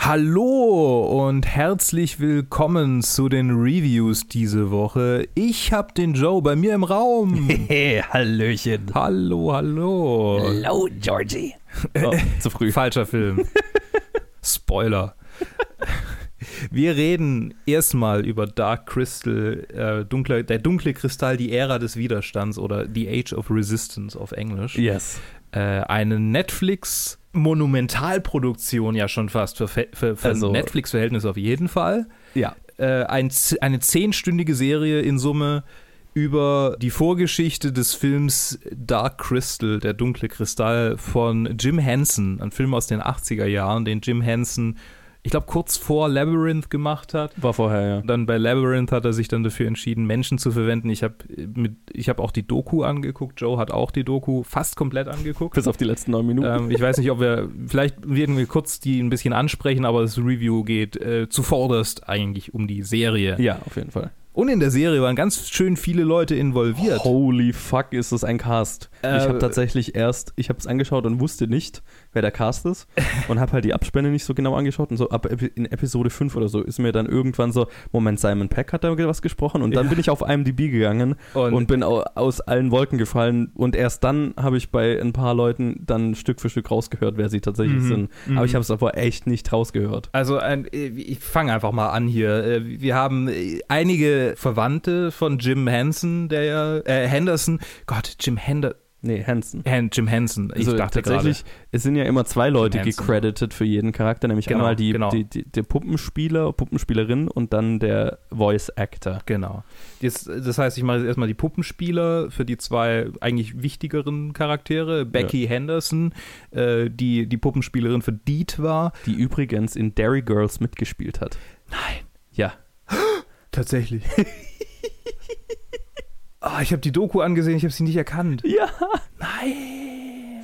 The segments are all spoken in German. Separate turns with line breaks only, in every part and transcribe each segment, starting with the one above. Hallo und herzlich willkommen zu den Reviews diese Woche. Ich habe den Joe bei mir im Raum.
Hey, Hallöchen.
hallo, hallo.
Hello, Georgie.
Oh, zu früh. Falscher Film. Spoiler. Wir reden erstmal über Dark Crystal, äh, dunkler, der dunkle Kristall, die Ära des Widerstands oder The Age of Resistance auf Englisch.
Yes.
Äh, eine Netflix Monumentalproduktion ja schon fast für, Fe- für, für
Also-
Netflix Verhältnis auf jeden Fall.
Ja.
Äh, ein, Z- eine zehnstündige Serie in Summe über die Vorgeschichte des Films Dark Crystal, der dunkle Kristall von Jim Henson, ein Film aus den 80er Jahren, den Jim Henson, ich glaube, kurz vor Labyrinth gemacht hat.
War vorher, ja.
Und dann bei Labyrinth hat er sich dann dafür entschieden, Menschen zu verwenden. Ich habe hab auch die Doku angeguckt. Joe hat auch die Doku fast komplett angeguckt.
Bis auf die letzten neun Minuten.
ähm, ich weiß nicht, ob wir, vielleicht werden wir kurz die ein bisschen ansprechen, aber das Review geht äh, zuvorderst eigentlich um die Serie.
ja, auf jeden Fall.
Und in der Serie waren ganz schön viele Leute involviert.
Holy fuck, ist das ein Cast.
Äh,
ich habe tatsächlich erst, ich habe es angeschaut und wusste nicht, wer der Cast ist und habe halt die Abspende nicht so genau angeschaut und so ab Epi- in Episode 5 oder so ist mir dann irgendwann so, Moment, Simon Peck hat da was gesprochen und dann bin ich auf IMDb gegangen
Und-
und, bin au aus allen Wolken gefallen und erst dann habe ich bei ein paar Leuten dann Stück für Stück rausgehört, wer sie tatsächlich
Mhm,
sind.
mhm.
Aber ich habe es aber echt nicht rausgehört.
Also ein, ich fange einfach mal an hier. Äh, Wir haben äh, einige Verwandte von Jim Henson, der ja, äh, Henderson, Gott, Jim Hender,
Nee, Hansen.
Han, Jim Henson, ich
also
dachte
tatsächlich, es sind ja immer zwei Leute
Hansen.
gecredited für jeden Charakter, nämlich
Genau,
einmal die,
genau.
die, die, der Puppenspieler, Puppenspielerin und dann der Voice Actor.
Genau. Jetzt, das heißt, ich mache jetzt erstmal die Puppenspieler für die zwei eigentlich wichtigeren Charaktere. Becky Henderson, äh, die die Puppenspielerin für Deed war.
Die übrigens in Dairy Girls mitgespielt hat.
Nein.
Ja.
Tatsächlich. Ah, ich habe die Doku angesehen, ich habe sie nicht erkannt.
Ja.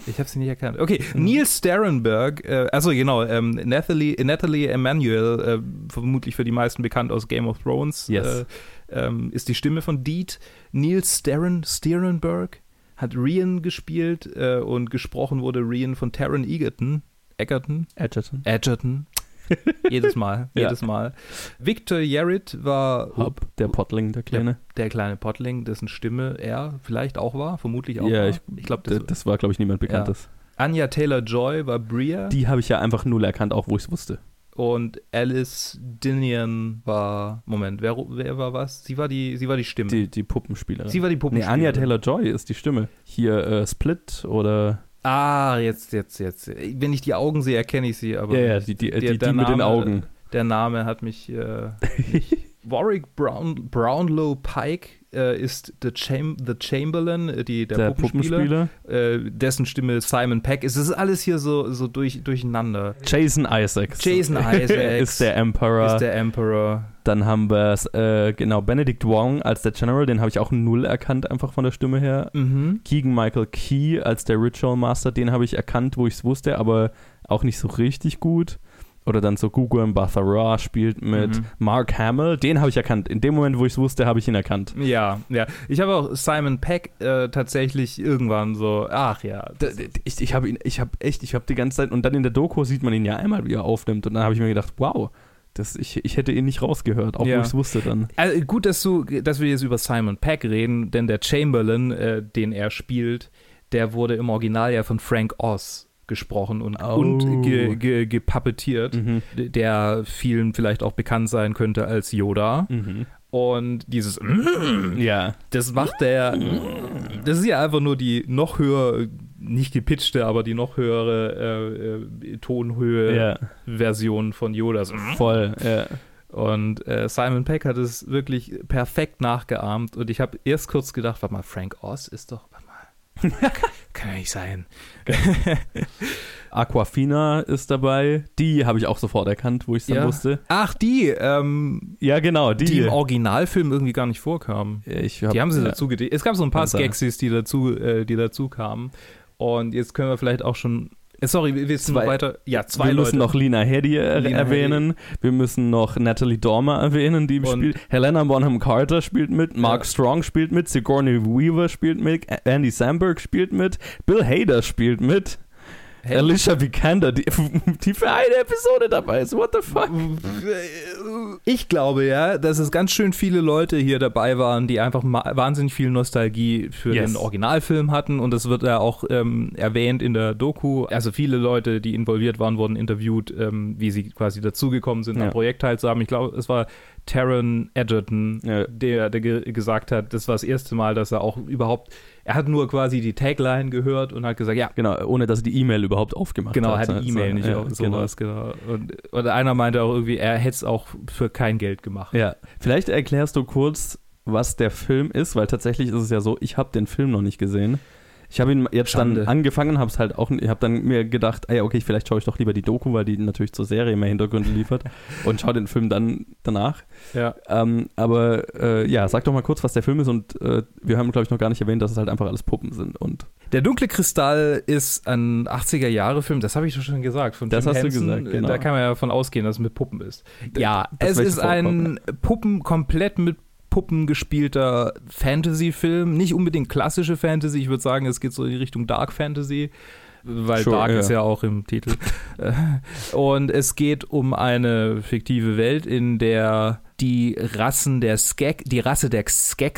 Ich habe sie nicht erkannt. Okay,
Mhm.
Neil Sterenberg, äh, also genau, ähm, Natalie, Natalie Emanuel, äh, vermutlich für die meisten bekannt aus Game of Thrones,
Yes.
äh, ähm, ist die Stimme von Deed. Neil Steren, Sterenberg hat Rian gespielt äh, und gesprochen wurde Rian von Taron Egerton. Egerton?
Edgerton.
Edgerton. jedes Mal,
Ja.
jedes Mal. Victor Jarrett war
Hub, der Potling, der Kleine.
der kleine Potling, dessen Stimme er vielleicht auch war, vermutlich auch
Ja,
war.
ich-
glaube,
Das,
das,
das war, glaube ich, niemand Bekanntes.
Anja Taylor-Joy war Bria.
Die habe ich ja einfach null erkannt, auch wo ich es wusste.
Und Alice Dinian war. Moment, wer, wer war was? Sie war die, sie war die Stimme.
Die, die Puppenspielerin.
sie war die
nee,
Puppenspielerin.
Anya Taylor-Joy ist die Stimme. Hier äh, Split oder...
Ah, jetzt, jetzt, jetzt. Wenn ich die Augen sehe, erkenne ich sie, aber
Ja, ja, die, die,
der-
die, die,
der
mit den
Name-
Augen.
der Name hat mich. Äh, Warwick Brown, Brownlow Pike äh, ist the, Cham the Chamberlain, äh, die, der, Puppenspieler, Äh, dessen Stimme Simon Peck ist. Es ist alles hier so, so durch, durcheinander.
Jason Isaacs.
Jason Isaacs
ist der Emperor.
ist der Emperor.
Dann haben wir äh, genau Benedict Wong als der General, den habe ich auch null erkannt einfach von der Stimme her.
Mhm.
Keegan Michael Key als der Ritual Master, den habe ich erkannt, wo ich es wusste, aber auch nicht so richtig gut. Oder dann so Gugu Mbatha-Raw spielt mit
Mhm.
Mark Hamill, den habe ich erkannt. In dem Moment, wo ich es wusste, habe ich ihn erkannt.
Ja, ja. Ich habe auch Simon Peck äh, tatsächlich irgendwann so, ach ja.
D- d- Ich, ich habe ihn, ich habe echt, ich habe die ganze Zeit und dann in der Doku sieht man ihn ja einmal, wie er aufnimmt und dann habe ich mir gedacht, wow, das, ich, ich hätte ihn nicht rausgehört, auch
Ja.
wo ich es wusste dann.
Also gut, dass du, dass wir jetzt über Simon Peck reden, denn der Chamberlain, äh, den er spielt, der wurde im Original ja von Frank Oz gesprochen und,
Oh.
und ge, ge, gepappetiert, D- der vielen vielleicht auch bekannt sein könnte als Yoda. Und dieses
Ja.
Das macht der. Das ist ja einfach nur die noch höher, nicht gepitchte, aber die noch höhere äh, äh,
Ja.
Tonhöhe-Version von Yoda. So.
Voll, ja.
Und äh, Simon Peck hat es wirklich perfekt nachgeahmt. Und ich habe erst kurz gedacht, warte mal, Frank Oz ist doch. Warte mal. Kann ja nicht sein.
Aquafina ist dabei. Die habe ich auch sofort erkannt, wo ich es dann
Ja.
wusste.
Ach, die, ähm,
Ja, genau, die.
die im Originalfilm irgendwie gar nicht vorkamen.
ich hab, äh,
Die haben sie
ja.
dazu gedreht. Es gab so ein paar
Kann sein.
Skeksis, die dazu, äh, die dazu kamen. Und jetzt können wir vielleicht auch schon. äh, Sorry, wir wir sind
Zwei-
noch weiter. Ja, zwei
wir
Leute.
müssen noch Lina Headey er
Lena
erwähnen. Wir müssen noch Natalie Dormer erwähnen, die
Und-
spielt. Helena Bonham Carter spielt mit. Mark
Ja.
Strong spielt mit. Sigourney Weaver spielt mit. Andy Samberg spielt mit. Bill Hader spielt mit.
Hä?
Alicia Vikander, die, die für eine Episode dabei ist. What the fuck?
Ich glaube ja, dass es ganz schön viele Leute hier dabei waren, die einfach ma- wahnsinnig viel Nostalgie für
Yes.
den Originalfilm hatten. Und das wird ja auch ähm, erwähnt in der Doku. Also viele Leute, die involviert waren, wurden interviewt, ähm, wie sie quasi dazugekommen sind,
Ja.
am Projekt teilzuhaben. Ich glaube, es war Taron Edgerton,
Ja.
der, der ge gesagt hat, das war das erste Mal, dass er auch überhaupt, er hat nur quasi die Tagline gehört und hat gesagt, ja,
Genau, ohne dass er die E-Mail überhaupt aufgemacht
Genau,
hat.
hat die
So,
E-Mail
so,
nicht
ja,
auf sowas, genau. Und, und einer meinte auch irgendwie, er hätte es auch für kein Geld gemacht.
Ja, vielleicht erklärst du kurz, was der Film ist, weil tatsächlich ist es ja so, ich habe den Film noch nicht gesehen. Ich habe ihn jetzt
Schande.
dann angefangen, habe es halt auch, ich habe dann mir gedacht, ey, okay, vielleicht schaue ich doch lieber die Doku, weil die natürlich zur Serie mehr Hintergründe liefert und schaue den Film dann danach.
Ja.
Ähm, aber äh, ja, sag doch mal kurz, was der Film ist und äh, wir haben, glaube ich, noch gar nicht erwähnt, dass es halt einfach alles Puppen sind und
Der dunkle Kristall ist ein 80er-Jahre-Film, das habe ich doch schon gesagt. Von
Das
Jim
hast du
Henson.
gesagt, genau.
Da kann man ja davon ausgehen, dass es mit Puppen ist. Ja,
das
es
möchte
ist
vorkommen,
ein Puppen komplett mit Puppen gespielter Fantasy-Film. Nicht unbedingt klassische Fantasy, ich würde sagen, es geht so in die Richtung Dark Fantasy. Weil
Sure,
Dark
ja.
ist ja auch im Titel. Äh, Und es geht um eine fiktive Welt, in der die Rassen der Skek, die Rasse der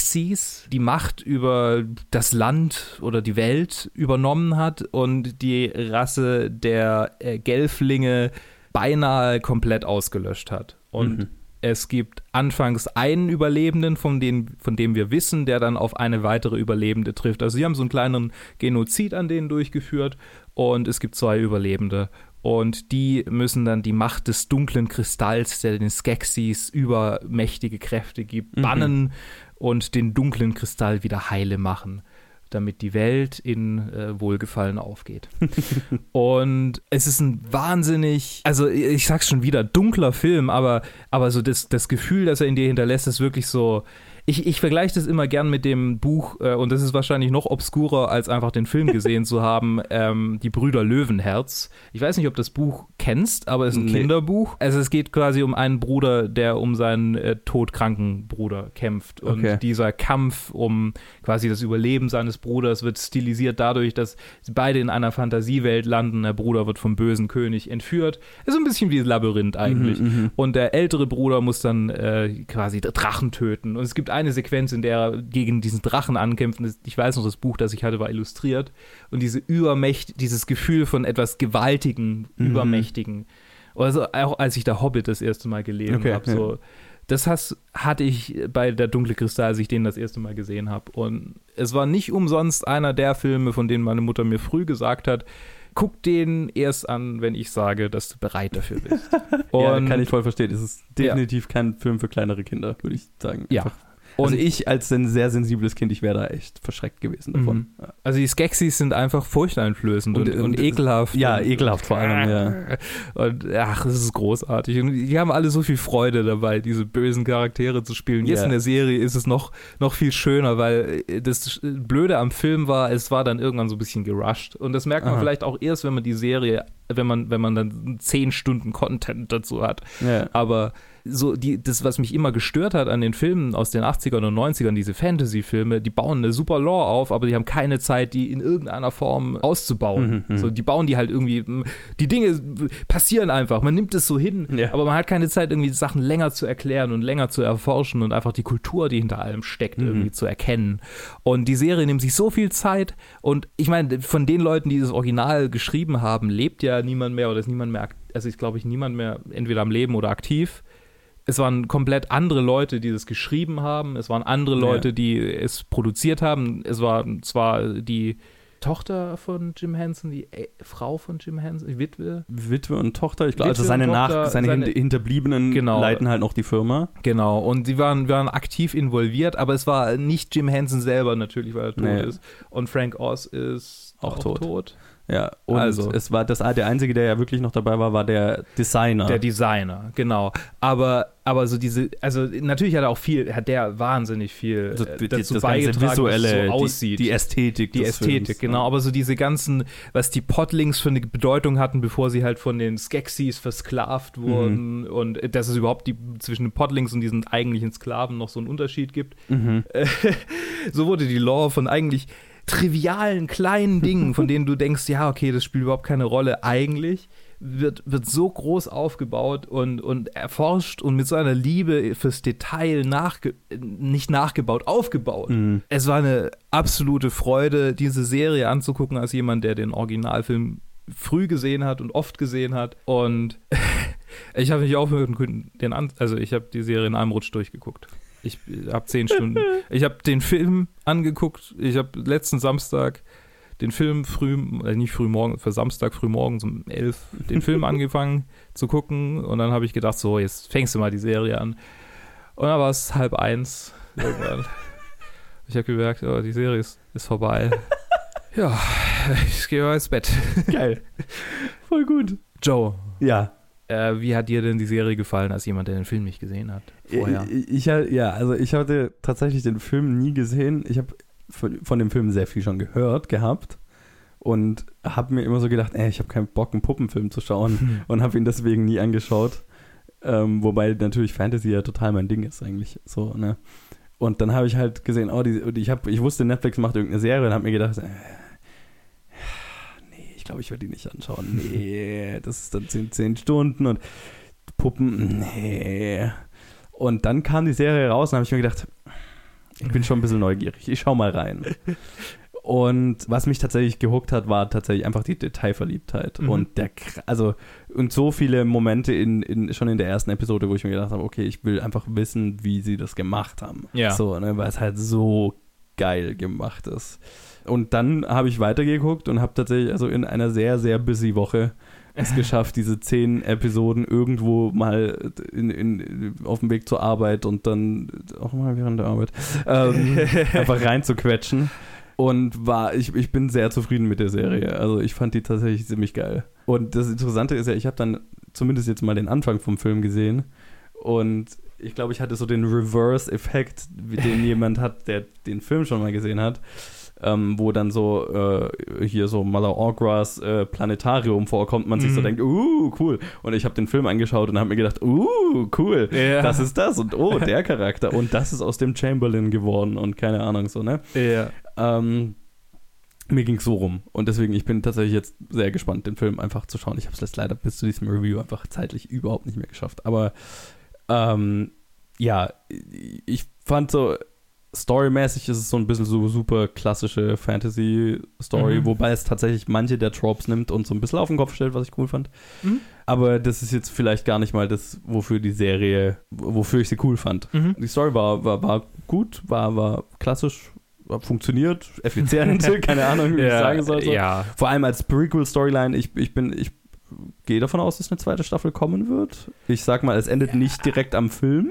Skeksis die Macht über das Land oder die Welt übernommen hat und die Rasse der äh, Gelflinge beinahe komplett ausgelöscht hat. Und
Mhm.
es gibt anfangs einen Überlebenden, von dem, von dem wir wissen, der dann auf eine weitere Überlebende trifft. Also sie haben so einen kleinen Genozid an denen durchgeführt und es gibt zwei Überlebende. Und die müssen dann die Macht des dunklen Kristalls, der den Skeksis übermächtige Kräfte gibt,
Mhm.
bannen und den dunklen Kristall wieder heile machen, damit die Welt in äh, Wohlgefallen aufgeht. Und es ist ein wahnsinnig, also ich sag's schon wieder, dunkler Film, aber, aber so das, das Gefühl, das er in dir hinterlässt, ist wirklich so. Ich, ich vergleiche das immer gern mit dem Buch, äh, und das ist wahrscheinlich noch obskurer, als einfach den Film gesehen zu haben, ähm, Die Brüder Löwenherz. Ich weiß nicht, ob du das Buch kennst, aber es ist ein
Nee.
Kinderbuch. Also es geht quasi um einen Bruder, der um seinen äh, todkranken Bruder kämpft. Und
Okay.
dieser Kampf um quasi das Überleben seines Bruders wird stilisiert dadurch, dass sie beide in einer Fantasiewelt landen. Der Bruder wird vom bösen König entführt. Ist ein bisschen wie Labyrinth eigentlich.
Mhm,
Und der ältere Bruder muss dann äh, quasi Drachen töten. Und es gibt eine Sequenz, in der er gegen diesen Drachen ankämpft. Und Ich weiß noch, das Buch, das ich hatte, war illustriert. Und diese Übermächt, dieses Gefühl von etwas Gewaltigen,
Mhm.
Übermächtigen. Also auch als ich da Hobbit das erste Mal gelesen
Okay,
habe,
ja.
so das hast, hatte ich bei der Dunkle Kristall, als ich den das erste Mal gesehen habe. Und es war nicht umsonst einer der Filme, von denen meine Mutter mir früh gesagt hat, guck den erst an, wenn ich sage, dass du bereit dafür bist. Und
ja, kann ich voll verstehen. Es ist
Ja.
definitiv kein Film für kleinere Kinder, würde ich sagen.
Ja.
Einfach.
Und-
also ich als ein sehr sensibles Kind, ich wäre da echt verschreckt gewesen davon.
Mhm. Also die Skeksis sind einfach furchteinflößend und,
Und-
und,
und-
ekelhaft.
Ja,
und,
ekelhaft vor allem, ja.
Und ach, es ist großartig. Und die haben alle so viel Freude dabei, diese bösen Charaktere zu spielen. Jetzt
Ja.
in der Serie ist es noch, noch viel schöner, weil äh, das Blöde am Film war, es war dann irgendwann so ein bisschen gerusht. Und das merkt man
Aha.
vielleicht auch erst, wenn man die Serie, wenn man, wenn man dann zehn Stunden Content dazu hat.
Ja.
Aber so die, das, was mich immer gestört hat an den Filmen aus den 80ern und 90ern, diese Fantasy-Filme, die bauen eine super Lore auf, aber die haben keine Zeit, die in irgendeiner Form auszubauen.
Mhm, mhm.
so, die bauen die halt irgendwie, m, die Dinge passieren einfach, man nimmt es so hin,
Ja.
aber man hat keine Zeit, irgendwie Sachen länger zu erklären und länger zu erforschen und einfach die Kultur, die hinter allem steckt, irgendwie zu erkennen. Und die Serie nimmt sich so viel Zeit und ich meine, von den Leuten, die das Original geschrieben haben, lebt ja niemand mehr oder ist niemand mehr, ak- also ist glaube ich niemand mehr entweder am Leben oder aktiv es waren komplett andere Leute, die das geschrieben haben. Es waren andere Leute, die es produziert haben. Es war zwar die Tochter von Jim Henson, die Ä- Frau von Jim Henson, die Witwe.
Witwe und Tochter, ich glaube, also
Witwe
seine,
und
Nach
Tochter,
seine,
seine-
Hin- Hinterbliebenen
Genau.
leiten halt noch die Firma.
Genau. Und sie waren, waren aktiv involviert, aber es war nicht Jim Henson selber natürlich, weil er tot
Nee.
ist. Und Frank Oz ist
Auch
auch,
tot.
tot.
Ja, und
Also.
es war das, der einzige, der ja wirklich noch dabei war, war der Designer.
Der Designer, genau. Aber, aber so diese, also natürlich hat er auch viel, hat der wahnsinnig viel
also,
äh,
die,
dazu
das ganze
beigetragen, dass es
visuelle,
so
die,
aussieht.
die Ästhetik.
die
des
Ästhetik,
Films, ne?
genau. Aber so diese ganzen, was die Potlings für eine Bedeutung hatten, bevor sie halt von den Skeksis versklavt
Mhm.
wurden und äh, dass es überhaupt die, zwischen den Potlings und diesen eigentlichen Sklaven noch so einen Unterschied gibt.
Ja. Mhm.
So wurde die Lore von eigentlich trivialen kleinen Dingen, von denen du denkst, ja, okay, das spielt überhaupt keine Rolle eigentlich, wird, wird so groß aufgebaut und, und erforscht und mit so einer Liebe fürs Detail nachge nicht nachgebaut, aufgebaut.
Mhm.
Es war eine absolute Freude, diese Serie anzugucken, als jemand, der den Originalfilm früh gesehen hat und oft gesehen hat. Und ich habe nicht aufhören können, den an also ich habe die Serie in einem Rutsch durchgeguckt. Ich habe zehn Stunden. Ich habe den Film angeguckt. Ich habe letzten Samstag den Film früh, äh, nicht früh morgen, für Samstag früh morgens um elf den Film angefangen zu gucken. Und dann habe ich gedacht, so, jetzt fängst du mal die Serie an. Und dann war es halb eins. Irgendwann. Ich habe gemerkt, oh, die Serie ist, ist vorbei. Ja, ich gehe mal ins Bett.
Geil. Voll gut.
Joe,
Ja.
äh, wie hat dir denn die Serie gefallen, als jemand, der den Film nicht gesehen hat? Vorher.
Ich, ich, ich- ja, also ich hatte tatsächlich den Film nie gesehen. Ich habe von, von dem Film sehr viel schon gehört gehabt und habe mir immer so gedacht, ey, ich habe keinen Bock, einen Puppenfilm zu schauen und habe ihn deswegen nie angeschaut. Ähm, wobei natürlich Fantasy ja total mein Ding ist eigentlich. So, ne? Und dann habe ich halt gesehen, oh, die, und ich, hab, ich wusste, Netflix macht irgendeine Serie und habe mir gedacht, äh, nee, ich glaube, ich werde die nicht anschauen. Nee, das ist dann 10, 10 Stunden und Puppen, nee. Und dann kam die Serie raus und habe ich mir gedacht, ich bin schon ein bisschen neugierig, ich schau mal rein. Und was mich tatsächlich gehuckt hat, war tatsächlich einfach die Detailverliebtheit
Mhm.
und der, Kr- also und so viele Momente in, in schon in der ersten Episode, wo ich mir gedacht habe, okay, ich will einfach wissen, wie sie das gemacht haben.
Ja.
So, ne, weil es halt so geil gemacht ist. Und dann habe ich weitergeguckt und habe tatsächlich also in einer sehr sehr busy Woche es geschafft, diese zehn Episoden irgendwo mal in, in, auf dem Weg zur Arbeit und dann auch mal während der Arbeit ähm, einfach reinzuquetschen. Und war, ich, ich bin sehr zufrieden mit der
Mhm.
Serie. Also ich fand die tatsächlich ziemlich geil. Und das Interessante ist ja, ich habe dann zumindest jetzt mal den Anfang vom Film gesehen. Und ich glaube, ich hatte so den Reverse-Effekt, den jemand hat, der den Film schon mal gesehen hat. Ähm, wo dann so äh, hier so Mother Orgras äh, Planetarium vorkommt, man sich so
Mhm.
denkt, uh, cool. Und ich habe den Film angeschaut und habe mir gedacht, uh, cool
Ja.
das ist das und oh, der Charakter und das ist aus dem Chamberlain geworden und keine Ahnung so, ne?
ja.
Ähm, mir ging so rum und deswegen, ich bin tatsächlich jetzt sehr gespannt, den Film einfach zu schauen. Ich habe es leider bis zu diesem Review einfach zeitlich überhaupt nicht mehr geschafft, aber ähm, ja, ich fand so, storymäßig ist es so ein bisschen so super klassische Fantasy-Story,
Mhm.
wobei es tatsächlich manche der Tropes nimmt und so ein bisschen auf den Kopf stellt, was ich cool fand.
Mhm.
Aber das ist jetzt vielleicht gar nicht mal das, wofür die Serie, wofür ich sie cool fand.
Mhm.
Die Story war, war, war gut, war, war klassisch, war funktioniert, effizient, keine Ahnung, wie ich sagen soll. so.
Ja.
Vor allem als Prequel-Storyline, ich, ich bin, ich gehe davon aus, dass eine zweite Staffel kommen wird. Ich sag mal, es endet nicht direkt am Film.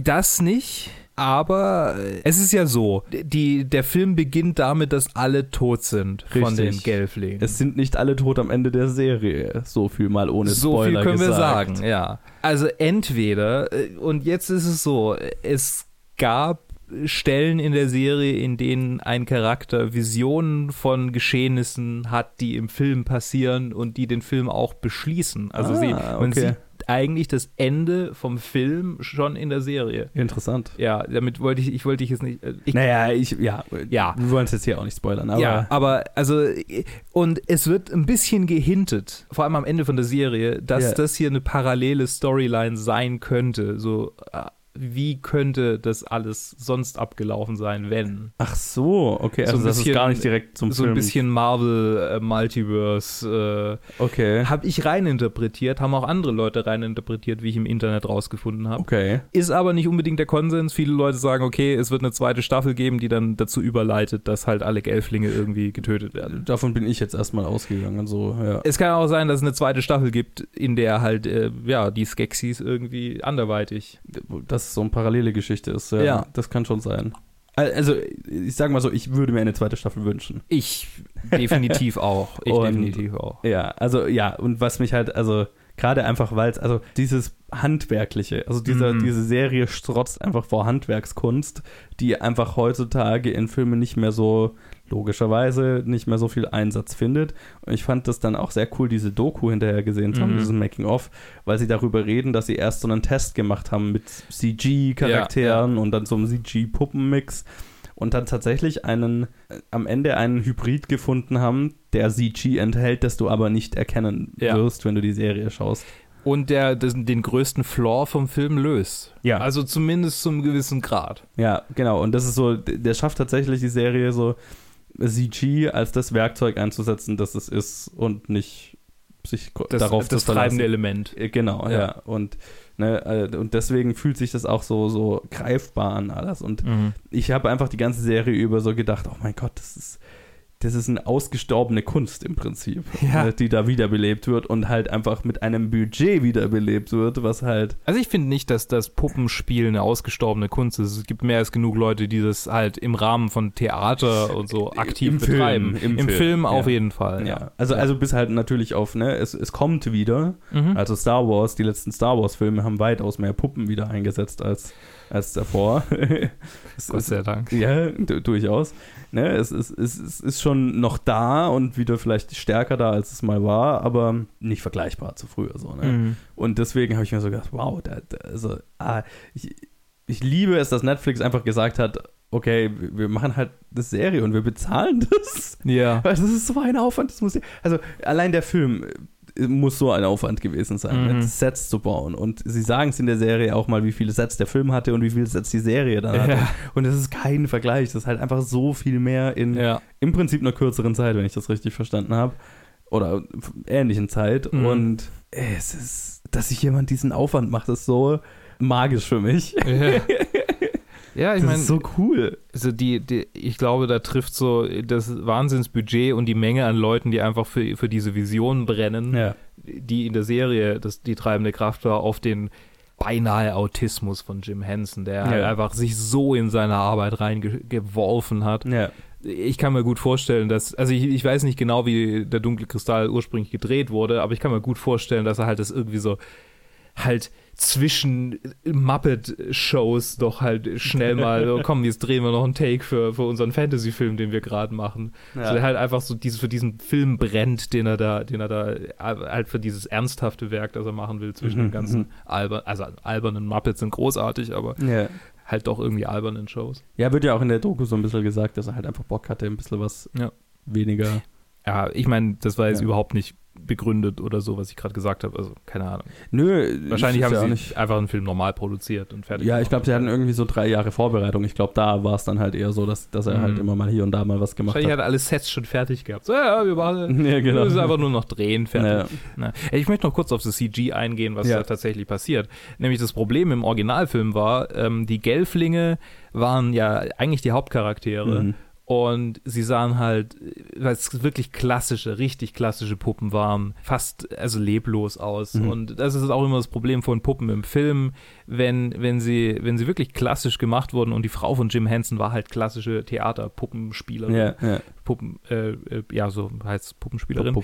Das nicht, aber äh, es ist ja so, die, der Film beginnt damit, dass alle tot sind von den
Richtig.
Gelflingen.
Es sind nicht alle tot am Ende der Serie. So viel mal ohne
so
Spoiler
viel können wir
gesagt.
sagen, ja. Also entweder, äh, und jetzt ist es so, äh, es gab Stellen in der Serie, in denen ein Charakter Visionen von Geschehnissen hat, die im Film passieren und die den Film auch beschließen. Also
Ah,
sie, man
okay.
sieht eigentlich das Ende vom Film schon in der Serie.
Interessant.
Ja, damit wollte ich, ich wollte ich jetzt nicht. äh, Ich,
Naja, ich, ja,
Ja.
wir wollen es jetzt hier auch nicht spoilern, aber
ja, aber also und es wird ein bisschen gehintet, vor allem am Ende von der Serie, dass
Ja.
das hier eine parallele Storyline sein könnte. So äh, wie könnte das alles sonst abgelaufen sein, wenn
Ach so, okay,
So
also
ein
das
bisschen-
ist gar nicht direkt zum
so
Film.
ein bisschen Marvel äh, Multiverse äh,
Okay.
habe ich reininterpretiert, haben auch andere Leute reininterpretiert, wie ich im Internet rausgefunden habe.
Okay.
Ist aber nicht unbedingt der Konsens. Viele Leute sagen, okay, es wird eine zweite Staffel geben, die dann dazu überleitet, dass halt alle Gelflinge irgendwie getötet werden.
Davon bin ich jetzt erstmal ausgegangen. Also, ja.
Es kann auch sein, dass es eine zweite Staffel gibt, in der halt, äh, ja, die Skeksis irgendwie anderweitig.
Dass es so eine parallele Geschichte ist, ja.
Ja.
Das kann schon sein. Al- Also, ich sag mal so, ich würde mir eine zweite Staffel wünschen.
Ich definitiv auch. Ich
Und-
definitiv auch.
Ja, also, ja, und was mich halt, also, gerade einfach, weil es, also, dieses Handwerkliche, also dieser,
Mhm.
diese Serie strotzt einfach vor Handwerkskunst, die einfach heutzutage in Filmen nicht mehr so, logischerweise, nicht mehr so viel Einsatz findet. Und ich fand das dann auch sehr cool, diese Doku hinterher gesehen zu haben,
Mhm.
dieses Making-of, weil sie darüber reden, dass sie erst so einen Test gemacht haben mit CG-Charakteren und dann so einem CG-Puppenmix. und dann tatsächlich einen, äh, am Ende einen Hybrid gefunden haben, der CG enthält, das du aber nicht erkennen
Ja.
wirst, wenn du die Serie schaust.
Und der das, den größten Flaw vom Film löst.
Ja.
Also zumindest zum gewissen Grad.
Ja, genau. Und das ist so, d- der schafft tatsächlich die Serie so CG als das Werkzeug einzusetzen, das es ist und nicht sich ko-
Das,
darauf
das
zu verlassen.
treibende Element.
Äh, Genau,
Ja.
ja. Und, ne, äh, und deswegen fühlt sich das auch so, so greifbar an alles. Und
Mhm.
ich habe einfach die ganze Serie über so gedacht, oh mein Gott, das ist, das ist eine ausgestorbene Kunst im Prinzip,
Ja.
ne, die da wiederbelebt wird und halt einfach mit einem Budget wiederbelebt wird, was halt,
Also ich finde nicht, dass das Puppenspiel eine ausgestorbene Kunst ist. Es gibt mehr als genug Leute, die das halt im Rahmen von Theater und so aktiv
Im Film,
betreiben.
im
Film,
Film,
auf
ja.
jeden Fall.
ja. Also, also bis halt natürlich auf, ne, es, es kommt wieder.
Mhm.
Also Star Wars, die letzten Star Wars-Filme haben weitaus mehr Puppen wieder eingesetzt als, als davor. es,
Gott
es,
sei Dank.
Ja, du- durchaus. Ne, es, ist, es, ist- es ist schon noch da und wieder vielleicht stärker da, als es mal war, aber nicht vergleichbar zu früher so. Ne?
Mhm.
Und deswegen habe ich mir so gedacht, wow, da, da, also, ah, ich, ich liebe es, dass Netflix einfach gesagt hat, okay, wir wir machen halt eine Serie und wir bezahlen das.
Ja.
Weil das ist so ein Aufwand, das muss ja, also allein der Film äh, muss so ein Aufwand gewesen sein,
Mhm.
ne, Sets zu bauen. Und sie sagen es in der Serie auch mal, wie viele Sets der Film hatte und wie viele Sets die Serie dann hatte.
Ja.
Und das ist kein Vergleich. Das ist halt einfach so viel mehr in
ja.
im Prinzip einer kürzeren Zeit, wenn ich das richtig verstanden habe. Oder f- ähnlichen Zeit.
Mhm.
Und ey, es ist, dass sich jemand diesen Aufwand macht, ist so magisch für mich.
Ja. Ja, ich
das
meine,
ist so cool.
also die, die, ich glaube, da trifft so das Wahnsinnsbudget und die Menge an Leuten, die einfach für, für diese Vision brennen,
Ja.
die in der Serie das, die treibende Kraft war, auf den beinahe Autismus von Jim Henson, der halt
Ja.
einfach sich so in seine Arbeit reingeworfen hat.
Ja.
Ich kann mir gut vorstellen, dass, also ich, ich weiß nicht genau, wie der dunkle Kristall ursprünglich gedreht wurde, aber ich kann mir gut vorstellen, dass er halt das irgendwie so halt zwischen Muppet-Shows doch halt schnell mal, so, komm, jetzt drehen wir noch einen Take für, für unseren Fantasy-Film, den wir gerade machen.
Ja.
Also der halt einfach so diese, für diesen Film brennt, den er da, den er da halt für dieses ernsthafte Werk, das er machen will, zwischen den
Mhm,
ganzen
mhm.
alber, also albernen Muppets sind großartig, aber
ja.
halt doch irgendwie albernen Shows.
Ja, wird ja auch in der Doku so ein bisschen gesagt, dass er halt einfach Bock hatte, ein bisschen was
Ja.
weniger.
Ja, ich meine, das war jetzt
Ja.
überhaupt nicht begründet oder so, was ich gerade gesagt habe. Also, keine Ahnung.
Nö,
Wahrscheinlich
ist
haben
ja
sie
auch nicht.
einfach einen Film normal produziert und fertig.
Ja, ich glaube, sie hatten irgendwie so drei Jahre Vorbereitung. Ich glaube, da war es dann halt eher so, dass, dass er
Mhm.
halt immer mal hier und da mal was gemacht
Wahrscheinlich
hat.
hat er alle Sets schon fertig gehabt. So, ja, wir machen.
Ja, genau.
Wir müssen einfach nur noch drehen, fertig.
Mhm, Ja.
Na, ich möchte noch kurz auf das CG eingehen, was
Ja.
da tatsächlich passiert. Nämlich das Problem im Originalfilm war, ähm, die Gelflinge waren ja eigentlich die Hauptcharaktere.
Mhm.
Und sie sahen halt, äh, weil es wirklich klassische, richtig klassische Puppen waren, fast also leblos aus.
Mhm.
Und das ist auch immer das Problem von Puppen im Film, wenn, wenn, sie, wenn sie wirklich klassisch gemacht wurden und die Frau von Jim Henson war halt klassische Theaterpuppenspielerin.
Ja, ja.
Puppen, äh, äh, ja, so heißt Puppenspielerin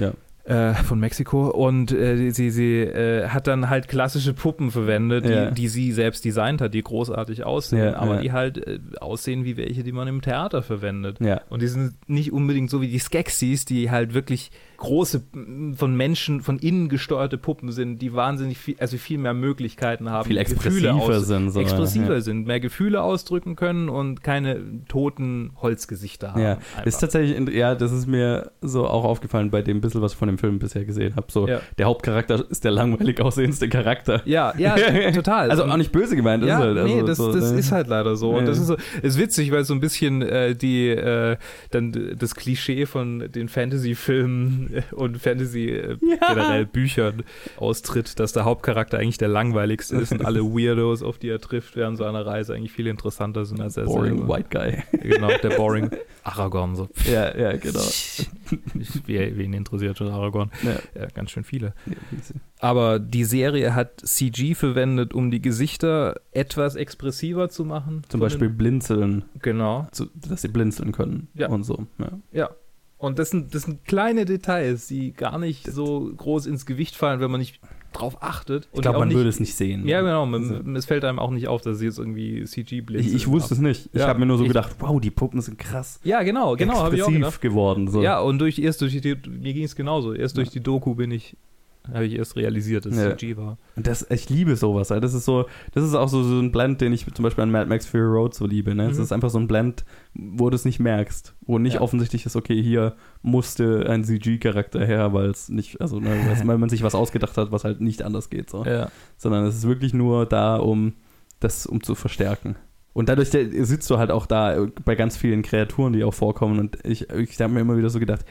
Ja.
äh, von Mexiko und äh, sie, sie äh, hat dann halt klassische Puppen verwendet,
Ja.
die, die sie selbst designt hat, die großartig aussehen,
Ja,
aber
ja.
die halt äh, aussehen wie welche, die man im Theater verwendet.
Ja.
Und die sind nicht unbedingt so wie die Skeksis, die halt wirklich große, m, von Menschen, von innen gesteuerte Puppen sind, die wahnsinnig viel, also viel mehr Möglichkeiten haben,
viel
Gefühle
expressiver
aus-
sind. So,
expressiver sind, mehr Gefühle ausdrücken können und keine toten Holzgesichter haben.
Ja,
einfach.
ist tatsächlich, in- ja, das ist mir so auch aufgefallen bei dem bisschen, was ich von dem Film bisher gesehen habe. So,
Ja.
der Hauptcharakter ist der langweilig aussehendste Charakter.
ja, ja, total.
Also
Und-
auch nicht böse gemeint,
Ja,
ist halt, also,
nee, das,
so,
das
ne?
ist halt leider so. Und
Nee.
das ist, so, ist witzig, weil so ein bisschen äh, die äh, dann d- das Klischee von den Fantasy-Filmen und Fantasy äh,
Ja.
generell Büchern austritt, dass der Hauptcharakter eigentlich der langweiligste ist und alle Weirdos, auf die er trifft, während seiner Reise eigentlich viel interessanter sind als er
Boring
selber.
White Guy.
Genau, der boring Aragorn. So.
ja, ja, genau.
Wer- Wen interessiert schon Aragorn?
Ja.
Ja, ganz schön viele. Aber die Serie hat CG verwendet, um die Gesichter etwas expressiver zu machen. Von
Zum
den-
Beispiel blinzeln,
Genau.
zu, dass sie blinzeln können
Ja.
und so. Ja.
Und das sind, das sind kleine Details, die gar nicht so groß ins Gewicht fallen, wenn man nicht drauf achtet.
Ich glaube,
auch
man
nicht,
würde es nicht sehen.
Ja, genau. Man,
Also-
Es fällt einem auch nicht auf, dass sie jetzt irgendwie CG blitzen.
Ich, ich wusste es nicht. Ich
Ja.
habe mir nur so
Ich-
gedacht, wow, die Puppen sind krass
Ja, genau, genau, habe ich auch
expressiv
gedacht.
geworden. So.
Ja, und durch, erst durch die, mir ging es genauso. Erst durch die Doku bin ich Habe ich erst realisiert, dass
Ja.
es CG war.
Und das, ich liebe sowas. Halt. Das ist so, das ist auch so, so ein Blend, den ich zum Beispiel an Mad Max Fury Road so liebe. Ne? Es
Mhm.
ist einfach so ein Blend, wo du es nicht merkst, wo nicht
Ja.
offensichtlich ist, okay, hier musste ein CG-Charakter her, weil es nicht, also ne, weil's- weil man sich was ausgedacht hat, was halt nicht anders geht. So.
Ja.
Sondern es ist wirklich nur da, um das, um zu verstärken. Und dadurch der, sitzt du halt auch da äh, bei ganz vielen Kreaturen, die auch vorkommen. Und ich, ich habe mir immer wieder so gedacht,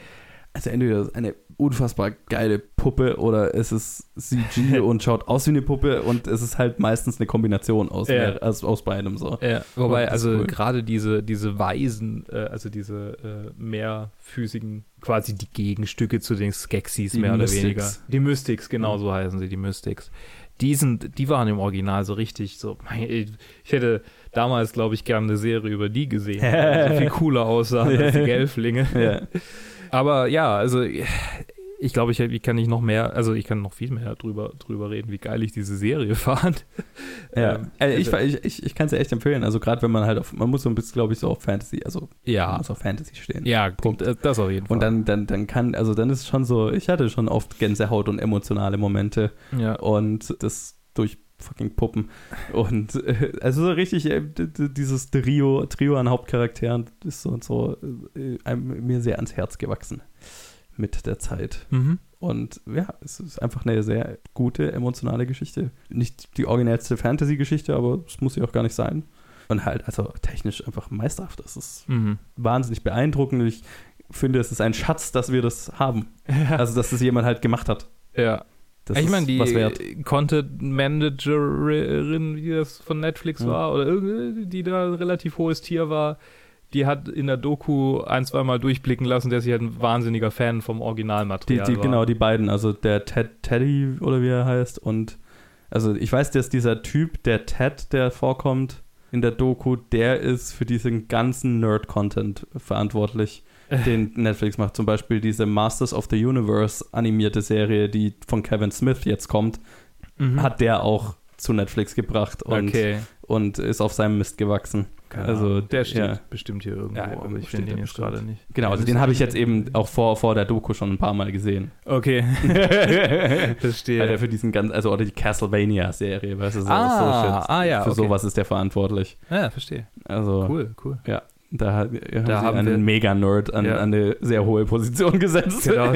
also entweder das ist eine unfassbar geile Puppe oder es ist CG und schaut aus wie eine Puppe und es ist halt meistens eine Kombination aus,
Ja.
mehr- aus, aus beidem so.
Ja, wobei,
das ist
also
cool.
gerade diese, diese Weisen, äh, also diese äh, mehrfüßigen, quasi die Gegenstücke zu den Skeksis,
Die
mehr
Mystics.
oder
Mhm.
weniger. Die Mystics, genau so heißen sie, die Mystics. Die, sind, die waren im Original so richtig so. mein, Ich ich hätte damals, glaube ich, gerne eine Serie über die gesehen, weil die so viel cooler aussahen als die Gelflinge.
Ja.
Aber ja, also ich glaube, ich, ich kann nicht noch mehr, also ich kann noch viel mehr drüber, drüber reden, wie geil ich diese Serie fand.
Ja.
Ähm,
also ich
also-
ich, ich, ich kann es ja echt empfehlen. Also gerade wenn man halt auf, man muss so ein bisschen, glaube ich, so auf Fantasy, also man
Ja,
muss auf Fantasy stehen.
ja, Punkt. Das auf jeden Fall.
Und dann, dann, dann kann, also dann ist schon so, ich hatte schon oft Gänsehaut und emotionale Momente.
ja.
und das durch fucking Puppen. Und äh, also so richtig äh, d- d- dieses Trio, Trio an Hauptcharakteren ist so und so äh, einem, mir sehr ans Herz gewachsen mit der Zeit.
Mhm.
Und ja, es ist einfach eine sehr gute emotionale Geschichte. Nicht die originellste Fantasy-Geschichte, aber es muss sie auch gar nicht sein. Und halt, also technisch einfach meisterhaft. Das ist
Mhm.
wahnsinnig beeindruckend. Und ich finde, es ist ein Schatz, dass wir das haben.
Ja.
Also, dass das jemand halt gemacht hat.
ja.
Das
ich meine,
ist was wert.
die Content Managerin, die das von Netflix
Ja.
war, oder irgendwie, die da ein relativ hohes Tier war, die hat in der Doku ein, zweimal durchblicken lassen, dass sie halt ein wahnsinniger Fan vom
Die,
Originalmaterial
die,
war.
genau, die beiden, also der Ted, Teddy oder wie er heißt und also ich weiß, dass dieser Typ, der Ted, der vorkommt in der Doku, der ist für diesen ganzen Nerd-Content verantwortlich, den Netflix macht. Zum Beispiel diese Masters of the Universe animierte Serie, die von Kevin Smith jetzt kommt,
Mhm.
hat der auch zu Netflix gebracht und,
okay.
und ist auf seinem Mist gewachsen.
Keine
also,
Ahnung. der steht
ja.
bestimmt hier irgendwo,
Ja,
aber
irgendwo
ich
steht
finde den
der
jetzt
bestimmt.
gerade nicht.
Genau, also den habe ich jetzt eben auch vor, vor der Doku schon ein paar Mal gesehen.
Okay. Verstehe.
Weil der für diesen ganz, also oder die Castlevania-Serie, weißt du, so, so
ah,
shit.
ah, ja,
Für
okay.
sowas ist der verantwortlich.
Ja, verstehe.
Also
Cool, cool.
da, hat- haben sie
haben
einen
wir-
Mega-Nerd an,
Ja.
an eine sehr hohe Position gesetzt.
Genau.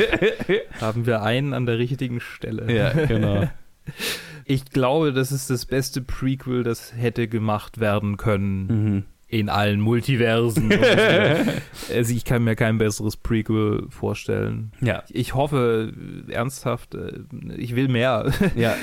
Haben wir einen an der richtigen Stelle.
ja, genau.
Ich glaube, das ist das beste Prequel, das hätte gemacht werden können
Mhm.
in allen Multiversen. also ich kann mir kein besseres Prequel vorstellen.
ja,
Ich hoffe äh, ernsthaft, äh, ich will mehr,
ja.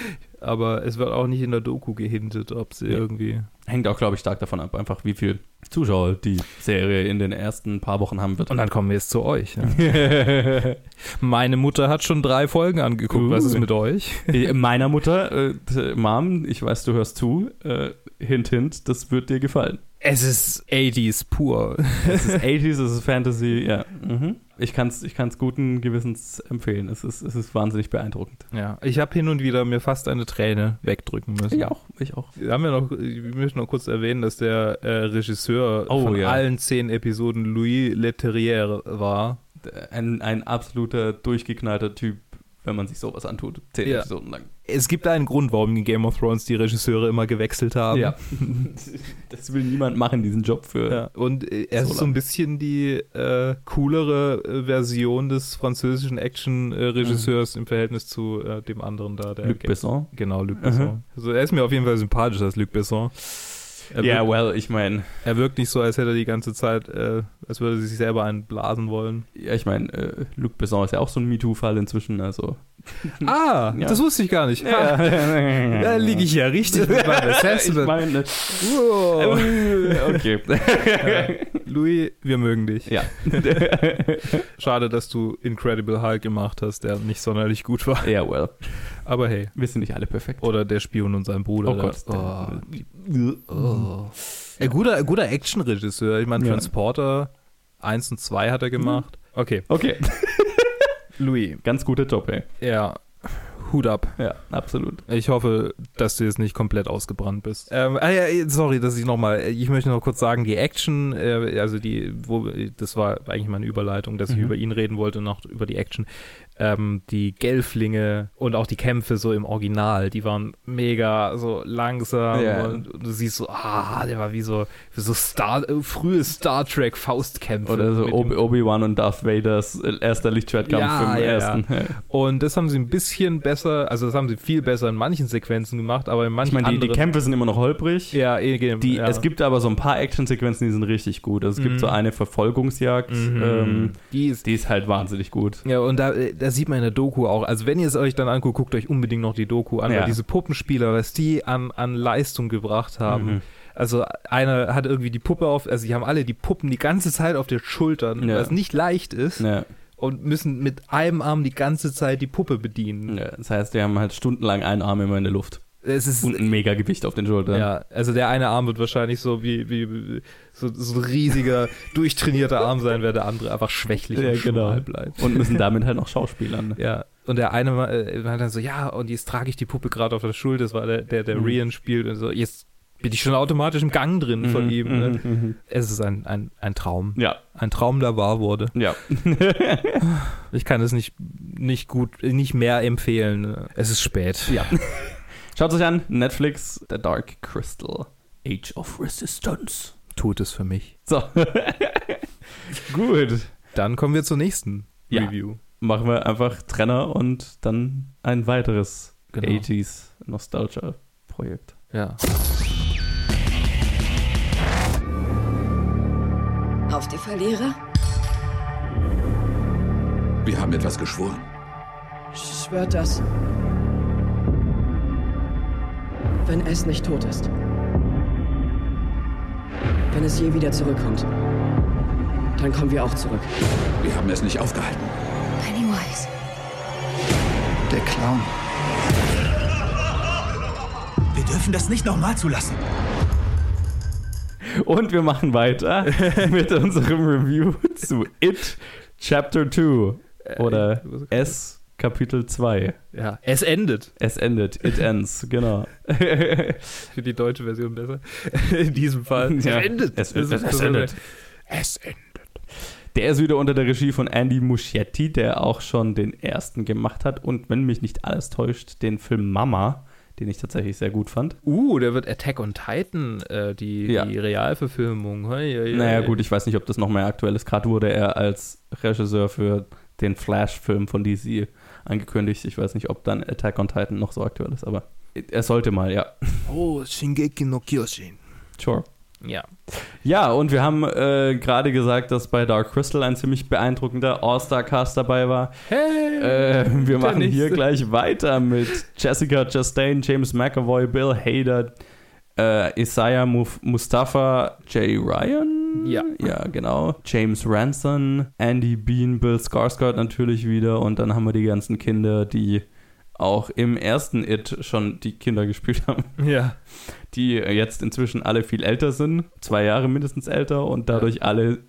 aber es wird auch nicht in der Doku gehintet, ob sie
Ja.
irgendwie.
Hängt auch, glaube ich, stark davon ab, einfach wie viel Zuschauer die Serie in den ersten paar Wochen haben wird.
Und dann kommen wir jetzt zu euch. Ja. Meine Mutter hat schon drei Folgen angeguckt. Was ist mit euch?
Meiner Mutter, äh, t- Mom, ich weiß, du hörst zu, äh, hint, hint, das wird dir gefallen.
Es ist 80s pur.
Es ist 80s, es ist Fantasy, ja. Mhm. Ich kann es ich kann's guten Gewissens empfehlen. Es ist, es ist wahnsinnig beeindruckend.
Ja, ich habe hin und wieder mir fast eine Träne wegdrücken müssen.
auch, ich auch.
Haben wir noch, wir müssen noch kurz erwähnen, dass der äh, Regisseur
Oh,
von
ja.
allen zehn Episoden Louis Leterrier war.
Ein, ein absoluter durchgeknallter Typ, wenn man sich sowas antut. Zehn
Ja.
Episoden lang.
Es gibt einen Grund, warum in Game of Thrones die Regisseure immer gewechselt haben.
das will niemand machen, diesen Job für.
Ja. Und äh, er
So
ist so
lang.
ein bisschen die äh, coolere äh, Version des französischen Action-Regisseurs im Verhältnis zu äh, dem anderen da. Der
Mhm. Luc Besson.
Genau, Luc
Mhm.
Besson. Also er ist mir auf jeden Fall sympathisch als Luc Besson. Er
Ja, well, ich meine,
Er wirkt nicht so, als hätte er die ganze Zeit, äh, als würde er sich selber einen blasen wollen.
ja, ich meine, äh, Luc Besson ist ja auch so ein MeToo-Fall inzwischen, also.
Ah,
Ja.
das wusste ich gar nicht. Ha, Da liege ich ja richtig mit meinem
Ich
Assessment.
meine, ne.
Wow. Äh,
okay.
Louis, wir mögen dich.
ja.
Schade, dass du Incredible Hulk gemacht hast, der nicht sonderlich gut war.
Ja, well.
Aber hey.
Wir sind nicht alle perfekt.
Oder der Spion und sein Bruder.
Oh Gott. Mhm.
Der, oh. Oh. Ein guter, ein guter Action-Regisseur. Ich meine,
Ja. Mhm.
Transporter 1 und 2 hat er gemacht. Okay.
Okay.
Louis.
Ganz guter Job, ey.
Ja. Hut ab.
Ja, absolut.
Ich hoffe, dass du jetzt nicht komplett ausgebrannt bist. Ähm, ah ja, sorry, dass ich nochmal, äh, ich möchte noch kurz sagen, die Action, äh, also die, wo, das war eigentlich meine Überleitung, dass ich
Mhm.
über ihn reden wollte, noch über die Action. ähm, die Gelflinge und auch die Kämpfe so im Original, die waren mega so langsam
Ja.
und, und du siehst so, ah, der war wie so, wie so Star, äh, frühe Star Trek Faustkämpfe.
Oder so
mit
Ob
dem-
Obi-Wan und Darth Vaders erster Lichtschwertkampf
Ja,
im
ja,
ersten.
Und das haben sie ein bisschen besser, also das haben sie viel besser in manchen Sequenzen gemacht, aber in
Ich
manchen
meine, die, die
anderen.
Kämpfe sind immer noch holprig.
ja, eh, ge-
Die,
ja.
Es gibt aber so ein paar Actionsequenzen, die sind richtig gut. Also es
Mhm.
gibt so eine Verfolgungsjagd,
Mhm.
ähm,
die ist
die ist halt wahnsinnig gut.
Ja, und da, äh, da sieht man in der Doku auch, also wenn ihr es euch dann anguckt, guckt euch unbedingt noch die Doku an, weil
Ja.
diese Puppenspieler, was die an, an Leistung gebracht haben.
Mhm.
Also einer hat irgendwie die Puppe auf, also die haben alle die Puppen die ganze Zeit auf den Schultern,
Ja.
was nicht leicht ist
Ja.
und müssen mit einem Arm die ganze Zeit die Puppe bedienen.
Ja, das heißt, die haben halt stundenlang einen Arm immer in der Luft
Es ist,
und ein mega Gewicht auf den Schultern.
ja, also der eine Arm wird wahrscheinlich so wie, wie so, so ein riesiger, durchtrainierter Arm sein, während der andere einfach schwächlich
Ja,
und
genau.
schmal bleibt.
Und müssen damit halt noch Schauspielern. ne?
Ja, und der eine war, äh, war dann so, ja, und jetzt trage ich die Puppe gerade auf der Schulter, das war der, der, der
Mhm.
Rian spielt und so, jetzt bin ich schon automatisch im Gang drin von
Mhm,
ihm. Ne?
mhm, mhm.
Es ist ein, ein, ein Traum.
Ja,
Ein Traum, der wahr wurde.
ja.
Ich kann es nicht, nicht gut, nicht mehr empfehlen. Es ist spät.
ja. Schaut euch an, Netflix, The Dark Crystal, Age of Resistance.
Tut es für mich.
So. gut.
Dann kommen wir zur nächsten
Ja.
Review.
Machen wir einfach Trenner und dann ein weiteres 80s Nostalgia Projekt.
Ja.
Auf die Verlierer?
Wir haben etwas geschworen.
Schwört das. Wenn es nicht tot ist. Wenn es je wieder zurückkommt. Dann kommen wir auch zurück.
Wir haben es nicht aufgehalten.
Pennywise.
Der Clown.
Wir dürfen das nicht nochmal zulassen.
Und wir machen weiter mit unserem Review zu It Chapter 2 oder S Kapitel 2.
ja. Es endet.
Es endet, it ends, genau.
Für die deutsche Version besser. In diesem Fall.
Ja.
Es endet.
Es-
Das ist-
es endet.
Es endet.
Der ist wieder unter der Regie von Andy Muschietti, der auch schon den ersten gemacht hat und wenn mich nicht alles täuscht, den Film Mama, den ich tatsächlich sehr gut fand.
Uh, da wird Attack on Titan, äh, die,
Ja.
die Realverfilmung. Hei, hei, hei.
Naja gut, ich weiß nicht, ob das noch mehr aktuell ist. Gerade wurde er als Regisseur für den Flash-Film von DC angekündigt. Ich weiß nicht, ob dann Attack on Titan noch so aktuell ist, aber er sollte mal, ja.
Oh, Shingeki no Kyojin.
Sure.
Ja.
Ja, und wir haben äh, gerade gesagt, dass bei Dark Crystal ein ziemlich beeindruckender All-Star-Cast dabei war.
Hey!
Äh, wir machen hier
nächste.
gleich weiter mit Jessica Chastain, James McAvoy, Bill Hader, äh, Isaiah Muf Mustafa, Jay Ryan.
Ja.
Ja, genau. James Ranson, Andy Bean, Bill Skarsgård natürlich wieder. Und dann haben wir die ganzen Kinder, die auch im ersten It schon die Kinder gespielt haben,
ja.
die jetzt inzwischen alle viel älter sind, zwei Jahre mindestens älter und dadurch alle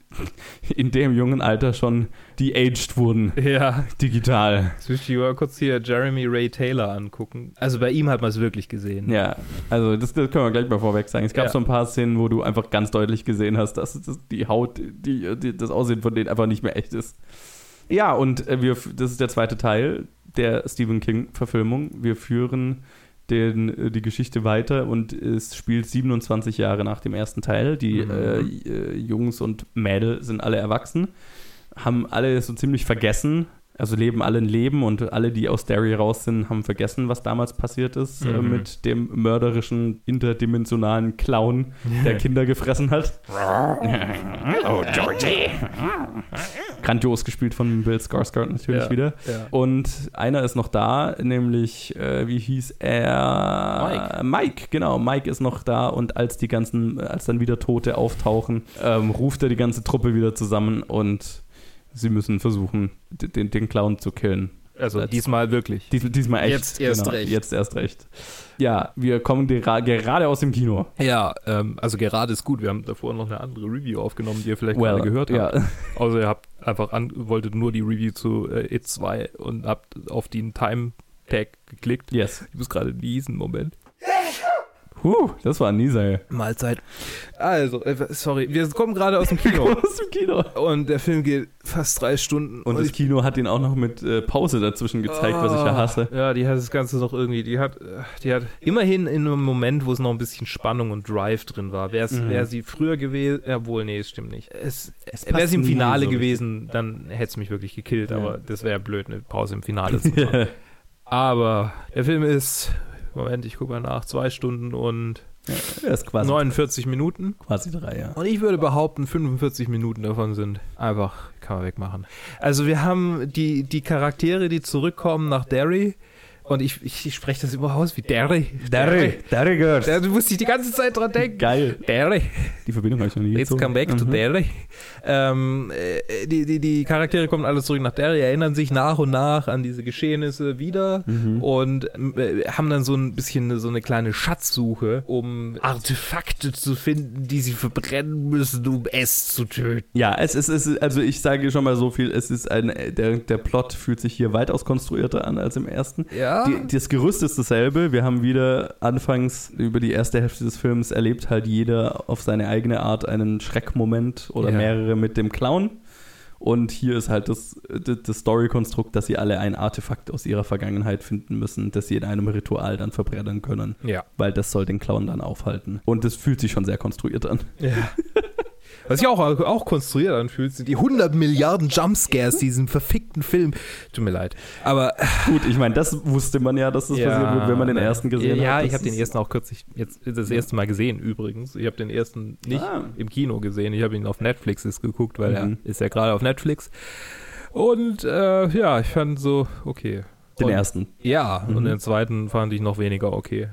in dem jungen Alter schon de-aged wurden,
Ja.
digital.
Jetzt müsste ich mal kurz hier Jeremy Ray Taylor angucken. Also bei ihm hat man es wirklich gesehen.
Ja, also das, das können wir gleich mal vorweg sagen. Es gab
Ja.
so ein paar Szenen, wo du einfach ganz deutlich gesehen hast, dass das, die Haut, die, die, das Aussehen von denen einfach nicht mehr echt ist. Ja, und äh, wir, f- das ist der zweite Teil der Stephen King-Verfilmung. Wir führen den, äh, die Geschichte weiter und es spielt 27 Jahre nach dem ersten Teil. Die
Mhm.
äh, j- äh, Jungs und Mädel sind alle erwachsen, haben alle so ziemlich vergessen, also leben alle ein Leben und alle, die aus Derry raus sind, haben vergessen, was damals passiert ist äh,
Mhm.
mit dem mörderischen interdimensionalen Clown, der Kinder gefressen hat. oh, Georgie! Grandios gespielt von Bill Skarsgård natürlich
Ja,
wieder.
ja.
Und einer ist noch da, nämlich, äh, wie hieß er? Mike. Mike, genau. Mike ist noch da und als die ganzen, äh, als dann wieder Tote auftauchen, ähm, ruft er die ganze Truppe wieder zusammen und sie müssen versuchen, d- den, den Clown zu killen.
Also
Jetzt-
diesmal wirklich.
Dies, diesmal echt. Genau,
Jetzt erst recht.
Jetzt erst recht. Ja, wir kommen gera- gerade aus dem Kino.
Ja, ähm, also gerade ist gut. Wir haben davor noch eine andere Review aufgenommen, die ihr vielleicht gerade gehört habt.
ja.
Also ihr habt einfach an, wolltet nur die Review zu äh, It 2 und habt auf den Time Tag geklickt.
Yes.
Ich muss gerade in diesen Moment.
Uh, das war ein Nieser.
Mahlzeit. Also, äh, sorry, wir kommen gerade aus dem Kino.
Aus dem Kino.
und der Film geht fast drei Stunden.
Und das
ich, Ah.
Kino hat ihn auch noch mit äh, Pause dazwischen gezeigt, was ich ja hasse.
ja, die hat das Ganze noch irgendwie, die hat, äh, die hat immerhin in einem Moment, wo es noch ein bisschen Spannung und Drive drin war. Wäre
Mhm.
wär sie früher gewesen, jawohl, nee, es stimmt nicht. Es, wäre
passt
sie im
nie
Finale
so
gewesen, dann hätte es mich wirklich gekillt, aber das wäre blöd, eine Pause im Finale zu machen.
Ja.
Aber der Film ist, Moment, ich gucke mal nach, zwei Stunden und
Das ist quasi,
49 Minuten.
quasi drei, ja.
Und ich würde behaupten, 45 Minuten davon sind einfach, kann man wegmachen. Also wir haben die, die Charaktere, die zurückkommen nach Derry. Und ich, ich, ich spreche das überhaupt aus wie Derry.
Derry Girls.
Da musste ich die ganze Zeit dran denken.
Geil.
Derry.
Die Verbindung habe ich noch nie
Let's come back to Derry. Ähm, äh, die, die, die Charaktere kommen alle zurück nach Derry, erinnern sich nach und nach an diese Geschehnisse wieder und äh, haben dann so ein bisschen so eine kleine Schatzsuche, um Artefakte zu finden, die sie verbrennen müssen, um es zu töten.
Ja, es ist, es ist, also ich sage schon mal so viel, es ist ein, der, der Plot fühlt sich hier weitaus konstruierter an als im ersten.
Ja.
Die, das Gerüst ist dasselbe. Wir haben wieder anfangs über die erste Hälfte des Films erlebt halt jeder auf seine eigene Art einen Schreckmoment oder
Ja.
mehrere mit dem Clown. Und hier ist halt das, das das Story-Konstrukt, dass sie alle ein Artefakt aus ihrer Vergangenheit finden müssen, das sie in einem Ritual dann verbrennen können.
Ja.
Weil das soll den Clown dann aufhalten. Und das fühlt sich schon sehr konstruiert an.
Was sich auch, auch konstruiert anfühlt, sind die 100 Milliarden Jumpscares, die diesen verfickten Film. Tut mir leid. Aber
Gut, ich meine, das wusste man ja, dass das passiert wird, wenn man den ersten gesehen
ja, Ja,
hat.
ich
Das
habe den
ist-
ersten auch kürzlich, jetzt das erste Mal gesehen übrigens. Ich habe den ersten nicht
Ah.
im Kino gesehen. Ich habe ihn auf Netflix ist geguckt, weil
Mhm.
er ist ja gerade auf Netflix. Und äh, ja, ich fand so, okay.
Den
und,
ersten. Mhm.
Ja, und den zweiten fand ich noch weniger okay.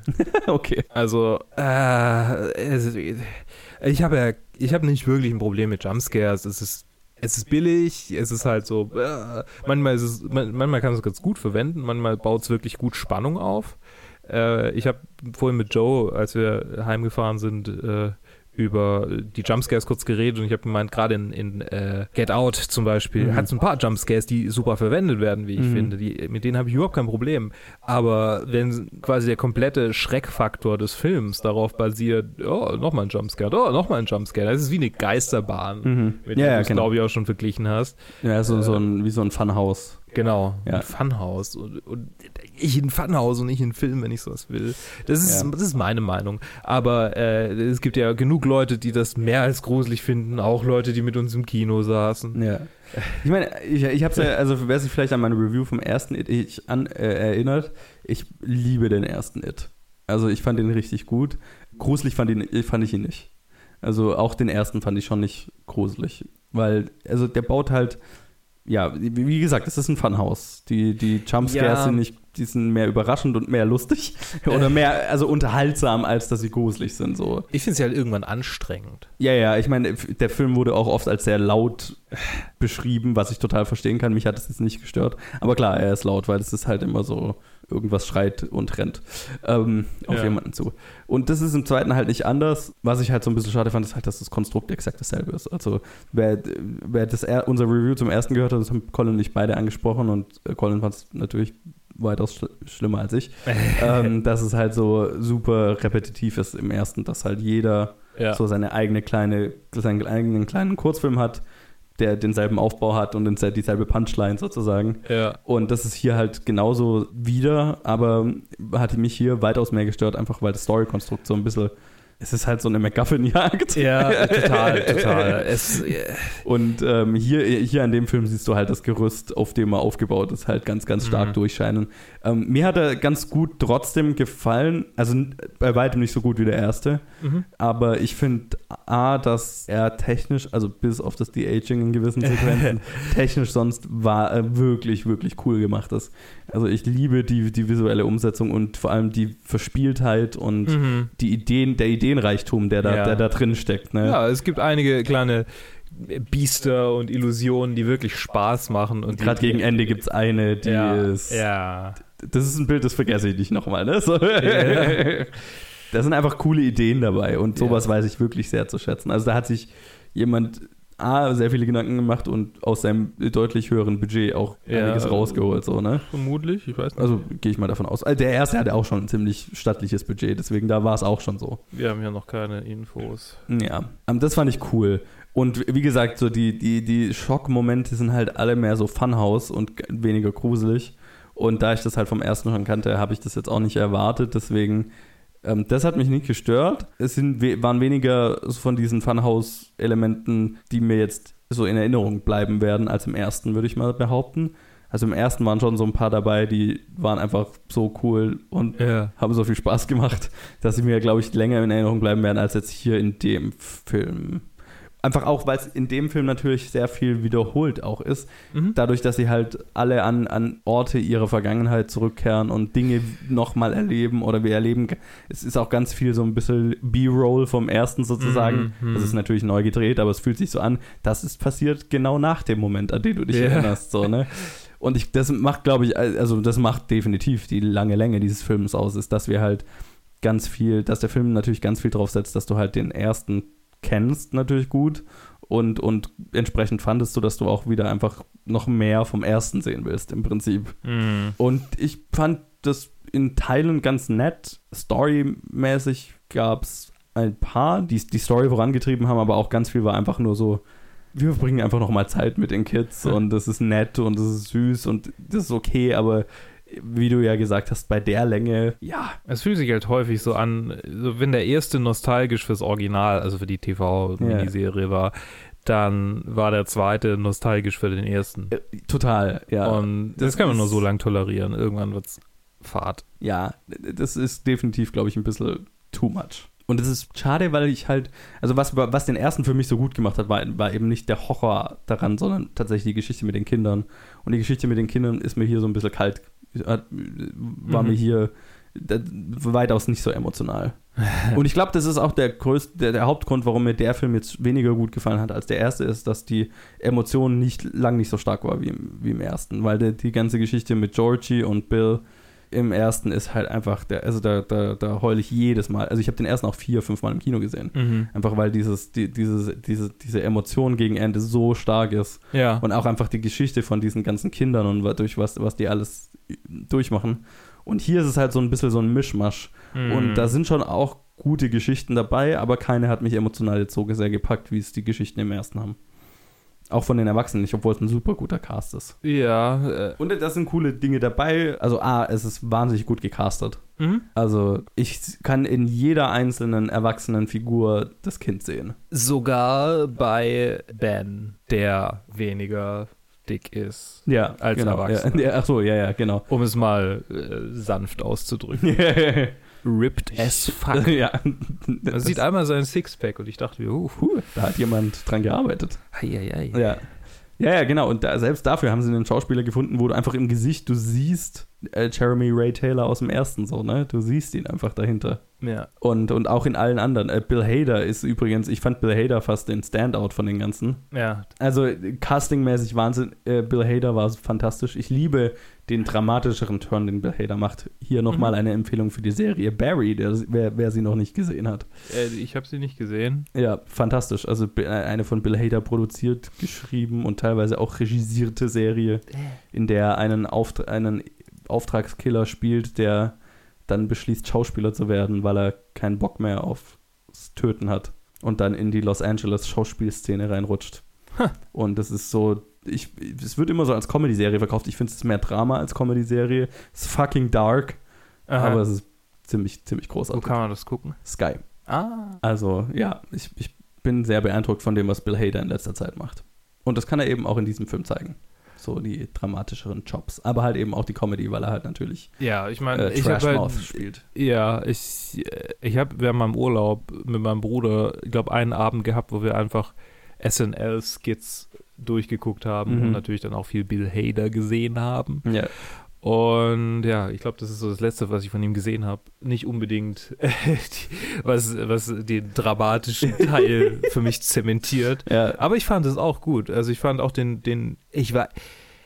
okay.
Also, äh, es, ich habe ja, ich habe nicht wirklich ein Problem mit Jumpscares. Es ist, es ist billig, es ist halt so, äh, manchmal ist es, man, manchmal kann man es ganz gut verwenden, manchmal baut es wirklich gut Spannung auf. Äh, ich habe vorhin mit Joe, als wir heimgefahren sind, äh, über die Jumpscares kurz geredet und ich habe gemeint, gerade in, in äh, Get Out zum Beispiel
Mhm.
hat es ein paar Jumpscares, die super verwendet werden, wie ich finde. Die, mit denen habe ich überhaupt kein Problem. Aber wenn quasi der komplette Schreckfaktor des Films darauf basiert, oh, nochmal ein Jumpscare, oh, nochmal ein Jumpscare, das ist wie eine Geisterbahn, mit
Ja,
der
ja,
du es,
genau.
glaube ich, auch schon verglichen hast.
Ja, so, so ein, wie so ein Funhaus.
Genau,
Ja.
ein Funhouse. Und, und ich in Funhouse und nicht in Film, wenn ich sowas will. Das ist,
Ja.
das ist meine Meinung. Aber äh, es gibt ja genug Leute, die das mehr als gruselig finden. Auch Leute, die mit uns im Kino saßen.
Ja. Ich meine, ich, ich habe ja, also wer sich vielleicht an meine Review vom ersten It ich an, äh, erinnert, ich liebe den ersten It. Also ich fand den richtig gut. Gruselig fand, ihn, äh, fand ich ihn nicht. Also auch den ersten fand ich schon nicht gruselig. Weil, also der baut halt, ja, wie wie gesagt, es ist ein Funhaus. Die, die Jumpscares
Ja.
sind nicht, die sind mehr überraschend und mehr lustig. Oder mehr, also unterhaltsam, als dass sie gruselig sind. So.
Ich finde es ja halt irgendwann anstrengend.
Ja, ja, ich meine, f- der Film wurde auch oft als sehr laut beschrieben, was ich total verstehen kann. Mich hat es jetzt nicht gestört. Aber klar, er ist laut, weil es ist halt immer so, irgendwas schreit und rennt ähm, auf
Ja.
jemanden zu. Und das ist im zweiten halt nicht anders. Was ich halt so ein bisschen schade fand, ist halt, dass das Konstrukt exakt dasselbe ist. Also, wer, wer das, er- unser Review zum ersten gehört hat, das haben Colin und ich beide angesprochen und äh, Colin fand es natürlich weitaus schl schlimmer als ich, ähm, dass es halt so super repetitiv ist im ersten, dass halt jeder
Ja.
so seine eigene kleine, seinen eigenen kleinen Kurzfilm hat, der denselben Aufbau hat und dense- dieselbe Punchline sozusagen.
Ja.
Und das ist hier halt genauso wieder, aber hat mich hier weitaus mehr gestört, einfach weil das Story-Konstrukt so ein bisschen. Es ist halt so eine MacGuffin-Jagd.
Ja, total, total. Es,
Und ähm, hier, hier an dem Film siehst du halt das Gerüst, auf dem er aufgebaut ist, halt ganz, ganz
Mhm.
stark durchscheinen. Ähm, mir hat er ganz gut trotzdem gefallen, also n- bei weitem nicht so gut wie der erste,
Mhm.
aber ich finde A, dass er technisch, also bis auf das De-Aging in gewissen Sequenzen, technisch sonst war er wirklich, wirklich cool gemacht ist. Also ich liebe die, die visuelle Umsetzung und vor allem die Verspieltheit und die Ideen, der Ideenreichtum, der da,
Mhm. Ja.
der da drin steckt. Ne?
ja, es gibt einige kleine Biester und Illusionen, die wirklich Spaß machen. Und die-
Gerade gegen Ende gibt es eine, die
ja,
ist.
Ja.
Das ist ein Bild, das vergesse ich nicht nochmal. Ne? So.
Ja.
Da sind einfach coole Ideen dabei und sowas weiß ich wirklich sehr zu schätzen. Also da hat sich jemand A, sehr viele Gedanken gemacht und aus seinem deutlich höheren Budget auch
Ja.
einiges rausgeholt, so, ne?
Vermutlich, ich weiß nicht.
Also gehe ich mal davon aus. Also, der erste hatte auch schon ein ziemlich stattliches Budget, deswegen da war es auch schon so.
Wir haben ja noch keine Infos.
Ja, ähm, das fand ich cool. Und wie gesagt, so die, die, die Schockmomente sind halt alle mehr so Funhouse und g- weniger gruselig. Und da ich das halt vom ersten schon kannte, habe ich das jetzt auch nicht erwartet. Deswegen, ähm, das hat mich nicht gestört. Es sind, we- waren weniger so von diesen Funhouse-Elementen, die mir jetzt so in Erinnerung bleiben werden, als im ersten, würde ich mal behaupten. Also im ersten waren schon so ein paar dabei, die waren einfach so cool und
Ja.
haben so viel Spaß gemacht, dass sie mir, glaube ich, länger in Erinnerung bleiben werden als jetzt hier in dem Film. Einfach auch, weil es in dem Film natürlich sehr viel wiederholt auch ist.
Mhm.
Dadurch, dass sie halt alle an, an Orte ihrer Vergangenheit zurückkehren und Dinge nochmal erleben oder wir erleben. Es ist auch ganz viel so ein bisschen B-Roll vom ersten sozusagen.
Mhm, mhm.
Das ist natürlich neu gedreht, aber es fühlt sich so an, das ist passiert genau nach dem Moment, an den du dich
Ja.
erinnerst. So, ne? Und ich, das macht, glaube ich, also das macht definitiv die lange Länge dieses Films aus, ist, dass wir halt ganz viel, dass der Film natürlich ganz viel drauf setzt, dass du halt den ersten kennst natürlich gut und, und entsprechend fandest du, dass du auch wieder einfach noch mehr vom ersten sehen willst im Prinzip.
Mhm.
Und ich fand das in Teilen ganz nett. Storymäßig gab es ein paar, die die Story vorangetrieben haben, aber auch ganz viel war einfach nur so, wir verbringen einfach nochmal Zeit mit den Kids und das ist nett und das ist süß und das ist okay, aber wie du ja gesagt hast, bei der Länge, ja,
Es fühlt sich halt häufig so an, so wenn der erste nostalgisch fürs Original, also für die TV-Miniserie war, dann war der zweite nostalgisch für den ersten.
äh, total, ja.
Und das,
das
kann man nur
ist-
so lang tolerieren. Irgendwann wird's fad.
ja, das ist definitiv, glaube ich, ein bisschen too much. Und es ist schade, weil ich halt, also was, was den ersten für mich so gut gemacht hat, war, war eben nicht der Horror daran, sondern tatsächlich die Geschichte mit den Kindern. Und die Geschichte mit den Kindern ist mir hier so ein bisschen kalt, hat- war
Mhm.
mir hier da- weitaus nicht so emotional. Und ich glaube, das ist auch der größte, der, der Hauptgrund, warum mir der Film jetzt weniger gut gefallen hat als der erste, ist, dass die Emotion nicht lang nicht so stark war wie im, wie im ersten, weil die, die ganze Geschichte mit Georgie und Bill im ersten ist halt einfach, der, also da, da, da heule ich jedes Mal. Also ich habe den ersten auch vier, fünf Mal im Kino gesehen. Einfach weil dieses, die, dieses, diese, diese Emotion gegen Ende so stark ist.
Ja.
Und auch einfach die Geschichte von diesen ganzen Kindern und wa- durch was, was die alles durchmachen. Und hier ist es halt so ein bisschen so ein Mischmasch.
Mhm.
Und da sind schon auch gute Geschichten dabei, aber keine hat mich emotional jetzt so sehr gepackt, wie es die Geschichten im ersten haben. Auch von den Erwachsenen nicht, obwohl es ein super guter Cast ist.
ja. Äh,
Und da sind coole Dinge dabei. Also A, es ist wahnsinnig gut gecastet.
mhm.
Also ich kann in jeder einzelnen erwachsenen Figur das Kind sehen.
Sogar bei Ben, der weniger dick ist.
Ja,
als
genau,
Erwachsener.
Ja, ja, ach so, ja, ja, genau.
Um es mal äh, sanft auszudrücken. Ripped as fuck.
ja.
Man
Das
sieht einmal sein Sixpack und ich dachte mir, uh,
Puh, da hat jemand dran gearbeitet.
hei,
Ja. Ja, ja, genau. Und da, selbst dafür haben sie einen Schauspieler gefunden, wo du einfach im Gesicht, du siehst äh, Jeremy Ray Taylor aus dem ersten so, ne? Du siehst ihn einfach dahinter.
Ja.
Und, und auch in allen anderen. Äh, Bill Hader ist übrigens, ich fand Bill Hader fast den Standout von den ganzen.
Ja.
Also äh, castingmäßig Wahnsinn. Äh, Bill Hader war fantastisch. Ich liebe den dramatischeren Turn, den Bill Hader macht. Hier nochmal eine Empfehlung für die Serie Barry, der, wer, wer sie noch nicht gesehen hat.
Äh, ich habe sie nicht gesehen.
Ja, fantastisch. Also bi- eine von Bill Hader produziert, geschrieben und teilweise auch regisierte Serie, in der einen, Auft einen Auftragskiller spielt, der dann beschließt, Schauspieler zu werden, weil er keinen Bock mehr aufs Töten hat und dann in die Los Angeles Schauspielszene reinrutscht. Und das ist so, ich, es wird immer so als Comedy-Serie verkauft. Ich finde es ist mehr Drama als Comedy-Serie. Es ist fucking dark,
Aha.
aber es ist ziemlich, ziemlich
Wo
großartig.
kann man das gucken?
Sky.
Ah.
Also ja, ich, ich bin sehr beeindruckt von dem, was Bill Hader in letzter Zeit macht. Und das kann er eben auch in diesem Film zeigen. So die dramatischeren Jobs. Aber halt eben auch die Comedy, weil er halt natürlich
Ja, ich meine,
äh,
ich
Trash
habe
Mouth
halt,
spielt.
ja, ich, äh, ich habe während meinem Urlaub mit meinem Bruder, ich glaube, einen Abend gehabt, wo wir einfach SNL-Skits durchgeguckt haben
Mhm.
und natürlich dann auch viel Bill Hader gesehen haben.
Ja.
Und ja, ich glaube, das ist so das Letzte, was ich von ihm gesehen habe. Nicht unbedingt, die, was, was den dramatischen Teil für mich zementiert.
Ja.
Aber ich fand es auch gut. Also ich fand auch den, den, ich war,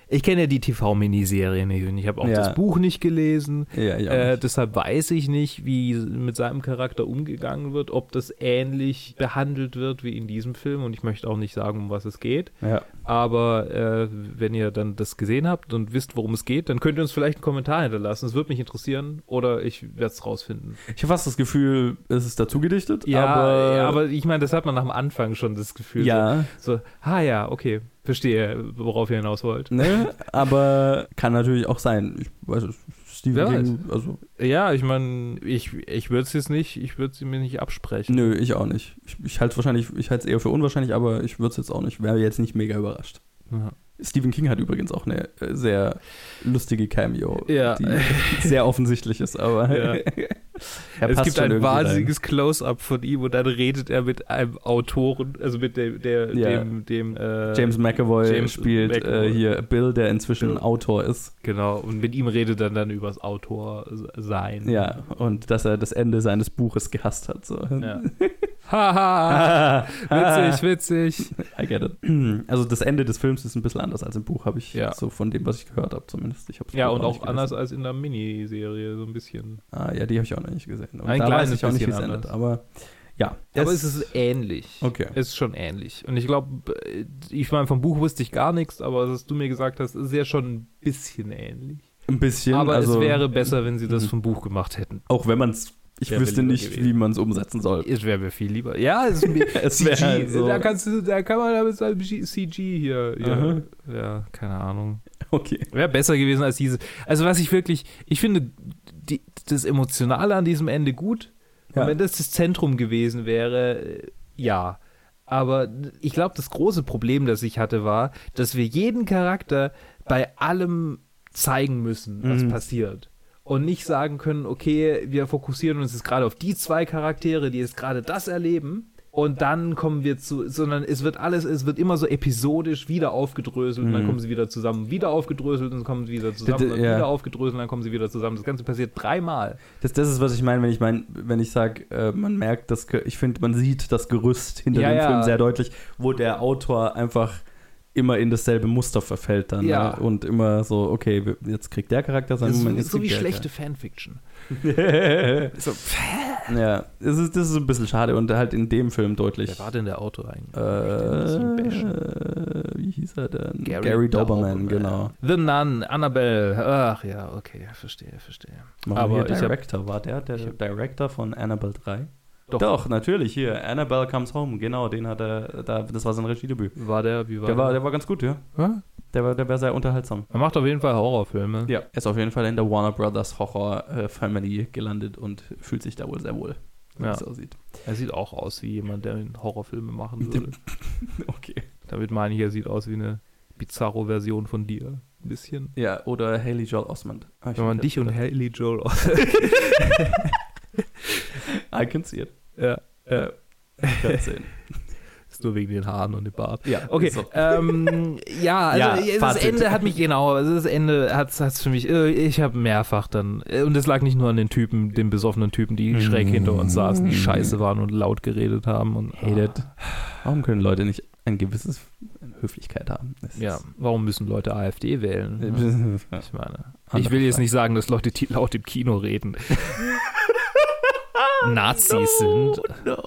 ich kenne ja die TV-Miniserie nicht und ich habe auch
Ja.
das Buch nicht gelesen.
Ja, ich auch
äh,
nicht.
deshalb weiß ich nicht, wie mit seinem Charakter umgegangen wird, ob das ähnlich behandelt wird wie in diesem Film und ich möchte auch nicht sagen, um was es geht.
Ja.
Aber äh, wenn ihr dann das gesehen habt und wisst, worum es geht, dann könnt ihr uns vielleicht einen Kommentar hinterlassen. Es würde mich interessieren oder ich werde es rausfinden.
Ich habe fast das Gefühl, es ist dazu gedichtet,
Ja,
aber,
aber, ich meine, das hat man am Anfang schon das Gefühl.
Ja.
So, so ah ja, okay, verstehe, worauf ihr hinaus wollt.
Ne? aber kann natürlich auch sein. Ich weiß, es, Stephen
Wer
King, also
Ja, ich meine, ich, ich würde es jetzt nicht, ich würde sie mir nicht absprechen.
nö, ich auch nicht. Ich, ich halte es wahrscheinlich, ich halte es eher für unwahrscheinlich, aber ich würde es jetzt auch nicht, wäre jetzt nicht mega überrascht.
Ja.
Stephen King hat übrigens auch eine äh, sehr lustige Cameo,
Ja.
die sehr offensichtlich ist, aber
Ja.
er
es
passt
gibt
schon
ein
irgendwie rein.
wahnsinniges Close-up von ihm und dann redet er mit einem Autoren, also mit dem, der,
Ja.
dem, dem äh,
James McAvoy
James
spielt
McAvoy.
Äh, hier Bill, der inzwischen
Bill.
Autor ist.
Genau, und mit ihm redet er dann über das Autorsein.
Ja, und dass er das Ende seines Buches gehasst hat. So.
Ja. Haha, witzig, witzig.
I get it. Also das Ende des Films ist ein bisschen anders als im Buch, habe ich
Ja.
so von dem, was ich gehört habe zumindest. Ich hab's
Ja,
Buch
und
nicht
auch
gelesen.
anders als in der Miniserie, so ein bisschen.
Ah, ja, die habe ich auch noch nicht gesehen. Und
Ein
da weiß
kleines
ich auch nicht, wie es
bisschen
endet.
anders.
Aber ja,
Aber es ist ähnlich.
Okay.
Es ist schon ähnlich. Und ich glaube, ich meine, vom Buch wusste ich gar nichts, aber was du mir gesagt hast, ist ja schon ein bisschen ähnlich.
ein bisschen,
Aber
also,
es wäre besser, wenn sie das vom Buch gemacht hätten.
auch wenn man es, ich
Wäre
wüsste
lieber
nicht,
gewesen.
wie man es umsetzen soll.
Es wäre mir viel lieber. Ja, es,
Es
CG,
wäre halt so-
da, kannst du, da kann man da mit seinem G- CG hier.
Aha.
hier ja, keine Ahnung.
Okay.
Wäre besser gewesen als diese. Also, was ich wirklich, ich finde die, das Emotionale an diesem Ende gut.
Ja.
Und wenn das das Zentrum gewesen wäre, äh, ja. Aber ich glaube, das große Problem, das ich hatte, war, dass wir jeden Charakter bei allem zeigen müssen, was passiert. Und nicht sagen können, okay, wir fokussieren uns jetzt gerade auf die zwei Charaktere, die jetzt gerade das erleben. Und dann kommen wir zu, sondern es wird alles, es wird immer so episodisch wieder aufgedröselt und dann kommen sie wieder zusammen, wieder aufgedröselt und dann kommen sie wieder zusammen,
d-
und dann
ja.
wieder aufgedröselt und dann kommen sie wieder zusammen. Das Ganze passiert dreimal.
Das, das ist, was ich meine, wenn ich meine, wenn ich sage, äh, man merkt das, Ge- ich finde, man sieht das Gerüst hinter
Ja,
dem
ja.
Film sehr deutlich, wo der Autor einfach immer in dasselbe Muster verfällt dann
Ja.
ne? und immer so, okay, wir- jetzt kriegt der Charakter seinen
Das
Moment,
ist
jetzt
so wie
kriegt der
schlechte Fanfiction.
Charakter.
So, pff,
ja, das ist, das ist ein bisschen schade und halt in dem Film deutlich.
wer war denn der Autor eigentlich?
äh, wie hieß er denn? Doberman, genau.
The Nun, Annabelle. Ach ja, okay, verstehe, verstehe.
Aber
Aber ich hab,
Director war der, der
hab-
Director von Annabelle 3?
Doch.
Doch, natürlich, hier, Annabelle Comes Home, genau, den hat er, da, das war sein Regiedebüt.
war der, wie war
Der war, der war ganz gut, ja.
Ja?
Der war, der war sehr unterhaltsam.
Er macht auf jeden Fall Horrorfilme.
Ja. Er ist auf jeden Fall in der Warner Brothers Horror äh, Family gelandet und fühlt sich da wohl sehr wohl, wie
Ja.
es aussieht.
Er sieht auch aus wie jemand, der Horrorfilme machen würde.
Okay.
Damit meine ich, er sieht aus wie eine Bizarro-Version von dir. Ein bisschen.
Ja, oder Haley Joel Osment. Ah, ich
Wenn man
find
dich
das-
und Haley Joel
I can see it.
ja, ja,
Ich kann's sehen.
ist nur wegen den Haaren und dem Bart.
Ja,
Okay,
so.
ähm, ja, also
Ja,
es- das
Fazit.
Ende hat mich genau, also das Ende hat es für mich, äh, ich habe mehrfach dann, äh, und es lag nicht nur an den Typen, den besoffenen Typen, die schräg hinter uns saßen, die scheiße waren und laut geredet haben und ah,
Hate it. Warum können Leute nicht ein gewisses Höflichkeit haben? Das
Ja, warum müssen Leute AfD wählen?
ist-
Ich meine, ich
Andere
will jetzt
Frage.
nicht sagen, dass Leute die laut im Kino reden. Nazis sind,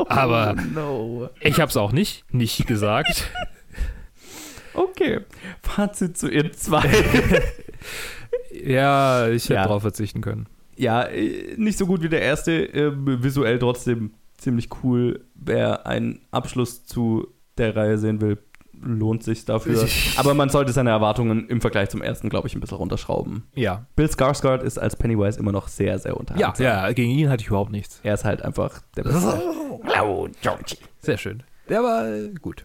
aber
no.
ich hab's auch nicht, nicht gesagt.
Okay. Fazit zu ihr zwei.
ja, ich hätte
Ja.
drauf verzichten können.
ja, äh, nicht so gut wie der erste, ähm, visuell trotzdem ziemlich cool. Wer einen Abschluss zu der Reihe sehen will, lohnt sich dafür. Aber man sollte seine Erwartungen im Vergleich zum ersten, glaube ich, ein bisschen runterschrauben.
Ja,
Bill Skarsgård ist als Pennywise immer noch sehr, sehr
ja,
unterhaltsam.
ja, gegen ihn hatte ich überhaupt nichts.
Er ist halt einfach der Beste.
Sehr schön. Der war äh, gut.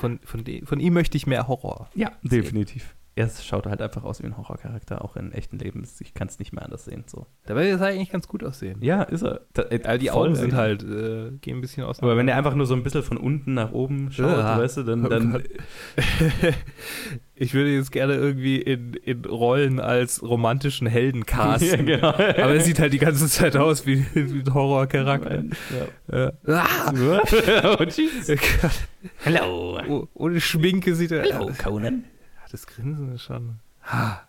Von, von, de, von ihm möchte ich mehr Horror.
Ja, definitiv. Er schaut halt einfach aus wie ein Horrorcharakter, auch in echten Leben. Ich kann es nicht mehr anders sehen. So.
Da würde es eigentlich ganz gut aussehen.
Ja, ist er. Da, äh,
All die
voll.
Augen sind halt, äh, gehen ein bisschen aus.
Aber wenn er einfach nur so ein bisschen von unten nach oben schaut,
Ja.
weißt du, dann,
Oh
dann
Gott. ich würde jetzt gerne irgendwie in, in Rollen als romantischen Helden
Ja,
casten.
genau.
Aber er sieht halt die ganze Zeit aus wie, wie ein Horrorcharakter. Äh, ah!
oh, Jesus.
Oh, Ohne Schminke sieht er. Hello, Conan. Das Grinsen ist schon. Ha.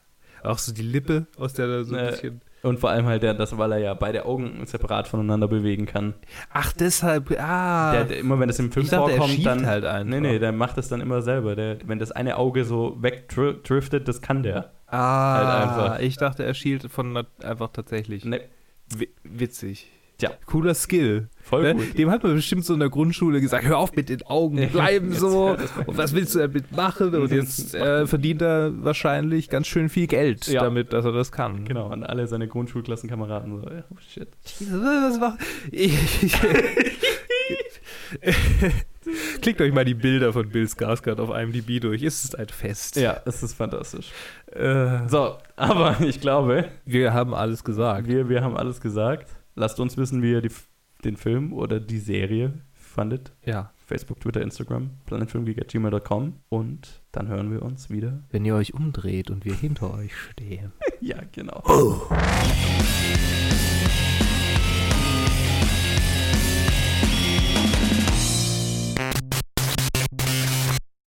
Auch so die Lippe, aus der da so ein
Äh,
bisschen.
Und vor allem halt, der, das, weil er ja beide Augen separat voneinander bewegen kann.
Ach, deshalb. Ah.
Der, der, immer wenn das im Film
Ich dachte, er
vorkommt,
schiebt
dann.
halt einfach.
Nee, nee, der macht das dann immer selber. Der, wenn das eine Auge so wegdriftet, das kann der.
ah.
halt einfach. Ne,
Ich dachte, er schielt von nat- einfach tatsächlich.
Nee,
Wi- Witzig.
Tja.
Cooler Skill.
Voll
Ne?
gut.
Dem hat man bestimmt so in der Grundschule gesagt, hör auf mit den Augen, die
Ja,
bleiben
jetzt
so.
hör das mal
Und was willst du damit machen? Und jetzt äh, verdient er wahrscheinlich ganz schön viel Geld
Ja.
damit, dass er das kann.
Genau, an alle seine Grundschulklassenkameraden so. Ja, oh shit.
Das war, ich, ich, Klickt euch mal die Bilder von Bill Skarsgård auf IMDb durch. Es ist ein Fest.
Ja, es ist fantastisch.
Äh,
So, aber ich glaube,
wir haben alles gesagt.
wir, wir haben alles gesagt. Lasst uns wissen, wie ihr die, den Film oder die Serie fandet.
Ja.
Facebook, Twitter, Instagram, planetfilmgeek.gmail.com und dann hören wir uns wieder.
Wenn ihr euch umdreht und wir hinter euch stehen.
Ja, genau.